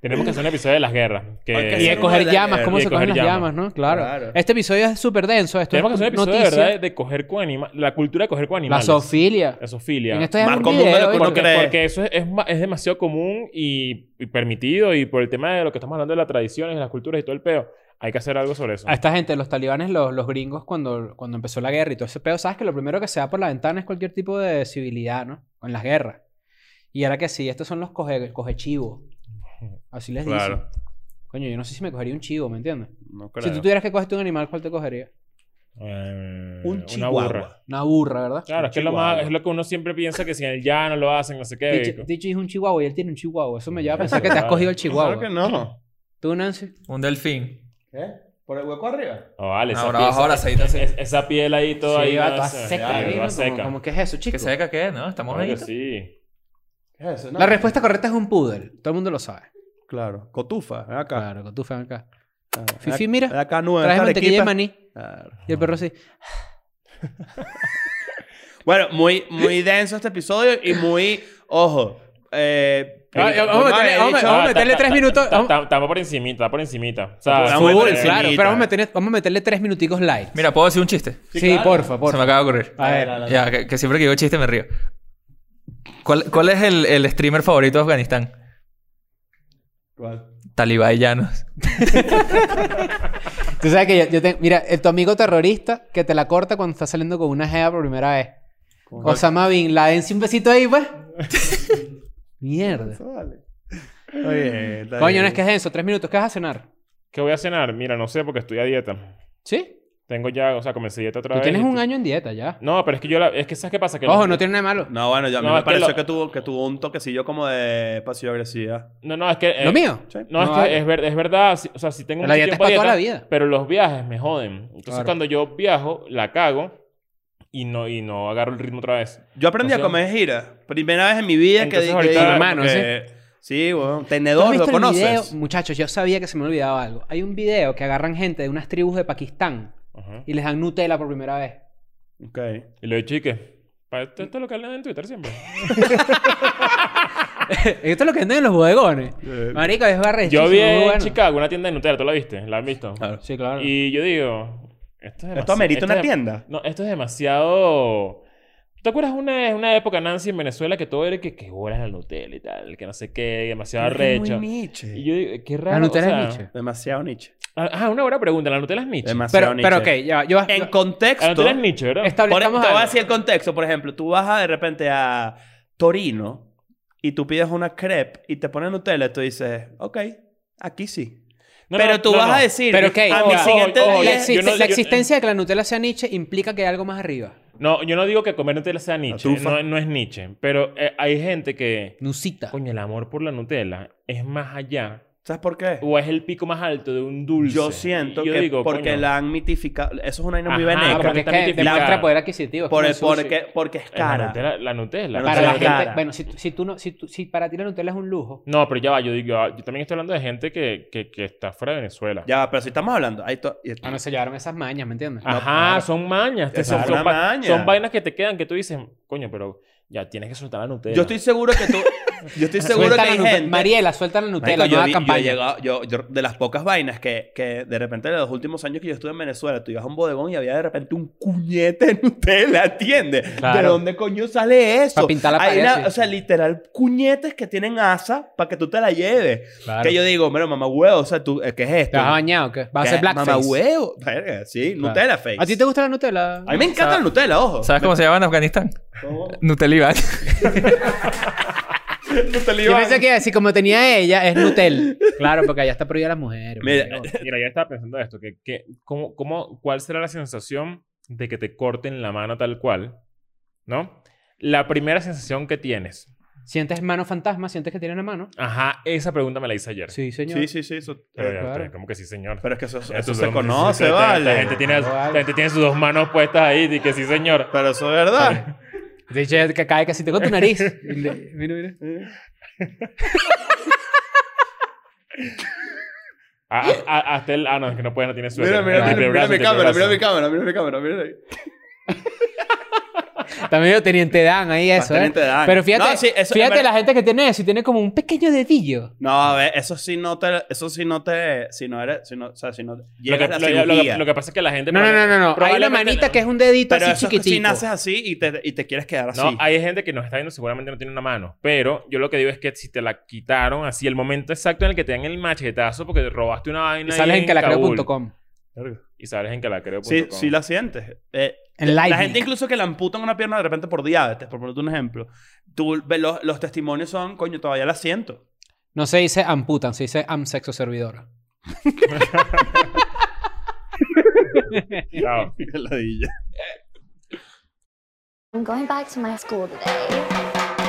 B: Tenemos que hacer un episodio de las guerras. Que...
C: Hay que hacer
D: Y de
C: uno
D: coger
C: la
D: llamas,
C: guerra,
D: ¿cómo
B: y
D: se
B: coger
D: cogen las
B: llamas.
D: llamas, no? Claro.
C: Claro.
D: Este episodio es súper denso. Esto
B: Tenemos que
D: es
B: hacer un episodio de
D: noticia.
B: verdad de- de coger con animales. La cultura de coger con
D: La
B: animales.
D: zoofilia.
B: La zoofilia.
D: En esto es
C: Más
D: un
C: común de lo
D: video,
C: que
D: ¿viste?
C: uno cree.
B: Porque eso es, es ma- es demasiado común y, y permitido. Y por el tema de lo que estamos hablando de las tradiciones, de las culturas y todo el peo. Hay que hacer algo sobre eso.
D: A esta gente, los talibanes, los, los gringos, cuando, cuando empezó la guerra y todo ese pedo, sabes que lo primero que se da por la ventana es cualquier tipo de civilidad, ¿no? En las guerras. Y ahora que sí, estos son los coge, cogechivos. Así les
C: Claro.
D: dicen. Coño, yo no sé si me cogería un chivo, ¿me entiendes?
C: No creo.
D: Si tú tuvieras que cogerte un animal, ¿cuál te cogería?
B: Eh, una
C: un
B: burra.
C: chihuahua.
D: Una burra, ¿verdad?
B: Claro,
C: Un
B: es que es lo,
C: chihuahua.
B: más, es lo que uno siempre piensa que si en el llano lo hacen, no sé qué.
D: Dicho Dicho es un chihuahua y él tiene un chihuahua. Eso me lleva a
B: Eso,
D: pensar que te has
B: vale.
D: cogido el
C: Claro que
D: chihuahua.
C: no.
D: ¿Tú, Nancy?
E: Un delfín.
C: ¿Eh? ¿Por el hueco arriba.
B: No, oh, vale, esa,
E: Ahora
B: piel,
E: abajo, ahora aceita así.
B: es- esa piel ahí toda ahí.
D: va
B: no,
D: toda
B: esa-
D: seca.
B: claro,
D: ¿no?
B: toda
D: Como-
B: seca.
D: Como, que es eso,
E: Que
D: chico.
E: seca que es, ¿no? Estamos
B: Claro
E: ahí.
B: que sí.
C: ¿Qué es eso? No.
D: La respuesta correcta es un poodle. Todo el mundo lo sabe.
C: Claro. Cotufa. Ven acá.
D: Claro, con tu fan acá.
C: Claro. Ven
D: Fifi,
C: acá-
D: mira.
C: ven acá nueva.
D: Traes
C: esta
D: mantequilla de
C: arequipa.
D: maní.
C: Claro.
D: Y el perro así.
C: Bueno, muy,
D: *laughs*
C: muy denso este episodio y muy. Ojo. Eh,
B: Ah,
C: yo
D: vamos a
C: no
D: meterle-
C: había
D: vamos a-
C: dicho-
D: vamos a
B: Ah,
D: meterle
B: ta-
D: tres
B: ta-
D: minutos,
B: ta-
D: vamos-
B: ta- Estamos por encimita, por encimita. O sea,
C: Estamos
B: full,
C: por
B: eh,
C: encima.
D: claro, pero vamos a, meterle, vamos a meterle tres minuticos light.
E: Mira, ¿puedo decir un chiste?
D: sí,
C: claro.
D: porfa,
E: Se me
D: porfa.
E: acaba de ocurrir.
D: A ver,
C: Dale,
E: Ya, que, que siempre que digo chiste me río. ¿Cuál, cuál es el, el streamer favorito de Afganistán?
C: dale.
E: Talibá y Llanos.
D: tú sabes que yo, yo tengo... Mira, el, tu amigo terrorista que te la corta cuando está saliendo con una jeva por primera vez. Osama Bin Laden, sí, un besito ahí, pues. *laughs* Mierda.
C: Eso vale. Oye, está
D: Coño,
C: bien.
D: no es que es denso. Tres minutos. ¿Qué vas a cenar?
B: ¿Qué voy a cenar? Mira, no sé porque estoy a dieta.
D: ¿Sí?
B: Tengo ya, o sea, comencé dieta otra
D: Tú
B: vez.
D: tienes
B: y
D: un
B: estoy-
D: año en dieta ya.
B: No, pero es que yo la... Es que ¿sabes qué pasa? Que
D: Ojo,
B: los-
D: no tiene nada de malo.
C: No, bueno, ya a mí
B: No,
C: me
B: es que
C: pareció
B: lo-
C: que, tuvo, que tuvo un toquecillo como de pasivo-agresividad.
B: No, no, es que... eh,
D: ¿Lo mío?
C: Sí.
B: No, es
D: No,
B: que
D: vale.
B: es, ver- es verdad. si- o sea, si tengo
D: La
B: mucho
D: dieta es
B: tiempo
D: para
B: a
D: toda la vida.
B: Pero los viajes me joden. Entonces,
D: Claro.
B: cuando yo viajo, la cago y no, y no agarro el ritmo otra vez.
C: Yo aprendí
B: O sea,
C: a comer gira. Primera vez en mi vida
B: Entonces,
C: que, que
B: ahorita,
D: hermano,
C: porque- Sí, bueno,
D: ¿Tú has
C: tenedor, lo
D: visto el
C: conoces.
D: video? Muchachos, yo sabía que se me olvidaba algo. Hay un video que agarran gente de unas tribus de Pakistán
B: Ajá.
D: y les dan Nutella por primera vez. *laughs*
C: Ok.
B: Y lo he dicho y que... Para esto, esto es lo que hablan en Twitter
D: *laughs*
B: siempre.
D: Esto es lo que venden en los bodegones.
C: Eh,
D: Marico, es barrechísimo.
B: Yo vi en
D: muy bueno.
B: Chicago una tienda de Nutella. ¿Tú la viste? ¿La han visto?
C: Claro.
D: Sí, claro.
B: Y yo digo... Esto, es
C: Esto
B: demasi-
C: amerita
B: esto
C: una
B: es-
C: tienda.
B: No, esto es demasiado. ¿Tú ¿Te acuerdas una, una época, Nancy, en Venezuela, que todo era que, que bolas la Nutella y tal, que no sé qué, demasiado
C: Es muy
B: arrecho?
C: niche.
B: Y yo digo, qué raro.
D: La Nutella
B: o sea,
D: es Nietzsche.
C: Demasiado niche.
B: Ah, ah, una buena pregunta. ¿La Nutella es Nietzsche?
C: Demasiado
D: Pero,
C: niche.
D: pero ok, ya va, yo
C: En contexto...
B: La Nutella es Nietzsche, ¿verdad?
C: Por, e- te
D: establezcamos
C: voy a
D: algo.
C: decir el contexto. Por ejemplo, tú vas a, de repente a Torino y tú pides una crepe y te ponen Nutella y tú dices, ok, aquí sí.
B: No,
C: pero
B: no,
C: tú
B: no,
C: vas
B: no.
C: a decir,
D: Pero, ok,
C: a mi
B: ojo,
C: siguiente
B: ojo,
D: La,
B: ojo,
C: día-
B: yo
D: existe-
B: no-
D: la
B: yo-
D: existencia de que la Nutella sea Nietzsche implica que hay algo más arriba.
B: No, yo no digo que comer Nutella sea Nietzsche.
C: tufa.
B: No, no es Nietzsche. Pero eh, hay gente que.
D: Nusita.
B: Coño, el amor por la Nutella es más allá.
C: ¿Sabes por qué?
B: O es el pico más alto de un dulce.
C: Yo siento
B: Y yo
C: que
B: digo,
C: porque
B: coño,
C: la han mitificado. Eso es una vaina muy
B: Ajá,
D: Ah,
C: veneca.
B: porque
D: porque
B: está
D: es que
B: mitificada.
D: demuestra poder adquisitivo.
C: Por
D: es como
C: el-
D: el sushi.
C: porque, porque es
B: La
C: cara.
B: Nutella. la Nutella.
C: La
D: Para
C: Nutella
D: la
C: es
D: gente...
C: cara.
D: Bueno, si, tú- si tú no, si, tú- si para ti la Nutella es un lujo...
B: No, pero ya va, yo digo, ah, yo también estoy hablando de gente que, que, que está fuera de Venezuela.
C: Ya, pero si estamos hablando. Ahí to- y-
D: Ah, no, se llevaron esas mañas, ¿me entiendes?
B: Ajá, son mañas.
C: Eso
B: son,
C: es
B: son
C: una
B: va-
C: maña.
B: son vainas que te quedan que tú dices, coño, pero ya tienes que soltar la Nutella.
C: Yo estoy seguro
D: *laughs*
C: que tú. Yo estoy seguro que
D: Suelta la
C: hay
D: Nutella.
C: gente.
D: Mariela, suelta la
C: Marico,
D: Nutella,
C: yo,
D: nueva
C: vi- yo he
D: campaña.
C: llegado- yo- yo- de las pocas vainas que, que de repente de los últimos años que yo estuve en Venezuela, tú ibas a un bodegón y había de repente un cuñete *laughs* de Nutella, ¿entiendes? ¿De
D: Claro.
C: dónde coño sale eso?
D: Pa' pintar la
C: Hay
D: pared,
C: una-
D: sí.
C: O sea, literal, cuñetes que tienen asa para que tú te la lleves.
D: Claro.
C: Que yo digo, bueno, mamá huevo, o sea, tú, eh, ¿qué es esto?
D: ¿Te vas a bañar o qué? ¿Vas a hacer blackface?
C: Mamá huevo. Verga, sí,
D: Claro.
C: Nutella face.
D: ¿A ti te gusta la Nutella?
C: A mí me encanta el Nutella, ojo. *laughs*
E: ¿Sabes cómo se llama en Afganistán? Nutelibán.
C: Nutella
D: *laughs* Yo
C: Iván.
D: pensé que así como tenía ella,
C: *laughs*
D: es Nutel. Claro, porque allá está prohibida las mujeres.
C: Mira, *laughs*
D: marico.
B: Mira, yo estaba pensando esto, que, que cómo, cómo, ¿cuál será la sensación de que te corten la mano tal cual? ¿No? La primera sensación que tienes.
D: ¿Sientes mano fantasma? ¿Sientes que tiene una mano?
B: Ajá, esa pregunta me la hice ayer.
D: Sí, señor.
C: Sí, sí, sí. Eso,
B: Pero
C: eh,
B: ya,
D: claro.
B: pero como que sí, señor.
C: pero es que eso, eso
B: Estos
C: se
B: dos-
C: conoce,
B: la- la-
C: ¿vale?
B: La gente, tiene, la gente tiene sus dos manos puestas ahí y que sí, señor.
C: Pero eso es verdad.
D: Dice que cae casi te con
C: *laughs*
D: tu nariz. Y le- mira, mira.
B: Ah, ah, ah, hasta el... Ah, no, es que no puede, no tiene suerte.
C: Mira, mira, mira, mira mi cámara, mira mi
B: cámara.
C: cámara, mira mi cámara, mira ahí.
D: También lo teniente Dan ahí eso,
C: Teniente
D: ¿eh?
C: Dan.
D: Pero fíjate,
C: No, sí, eso-
D: fíjate
C: pero-
D: la gente que tiene eso y tiene como un pequeño dedillo.
C: No, a ver, eso sí no te... Eso sí no te... Si no eres... Si no, o sea, si no...
B: Lo que,
C: llegas
B: lo-
C: a la
B: lo- lo-
C: cirugía.
B: lo que pasa es que la gente...
D: No, no, no, no, no. Hay
B: probablemente
D: la manita
B: no.
D: que es un dedito
C: Pero
D: así
C: eso es que
D: chiquitito.
C: si naces así y te, y te quieres quedar así.
B: No, hay gente que nos está viendo seguramente no tiene una mano. Pero yo lo que digo es que si te la quitaron así, el momento exacto en el que te dan el machetazo porque te robaste una vaina
D: Y
B: ahí
D: sales en
B: Kabul.
D: calacreo.com.
B: Y sales en calacreo.com.
C: Sí, sí la sientes. Eh,
D: En
C: la
D: live.
C: gente incluso que le amputan una pierna de repente por diabetes, por ponerte un ejemplo. Tú, ves los, los testimonios son, coño, todavía la siento.
D: No se dice amputan, se dice amsexo servidora.
B: Chao.
A: I'm going back to my school today.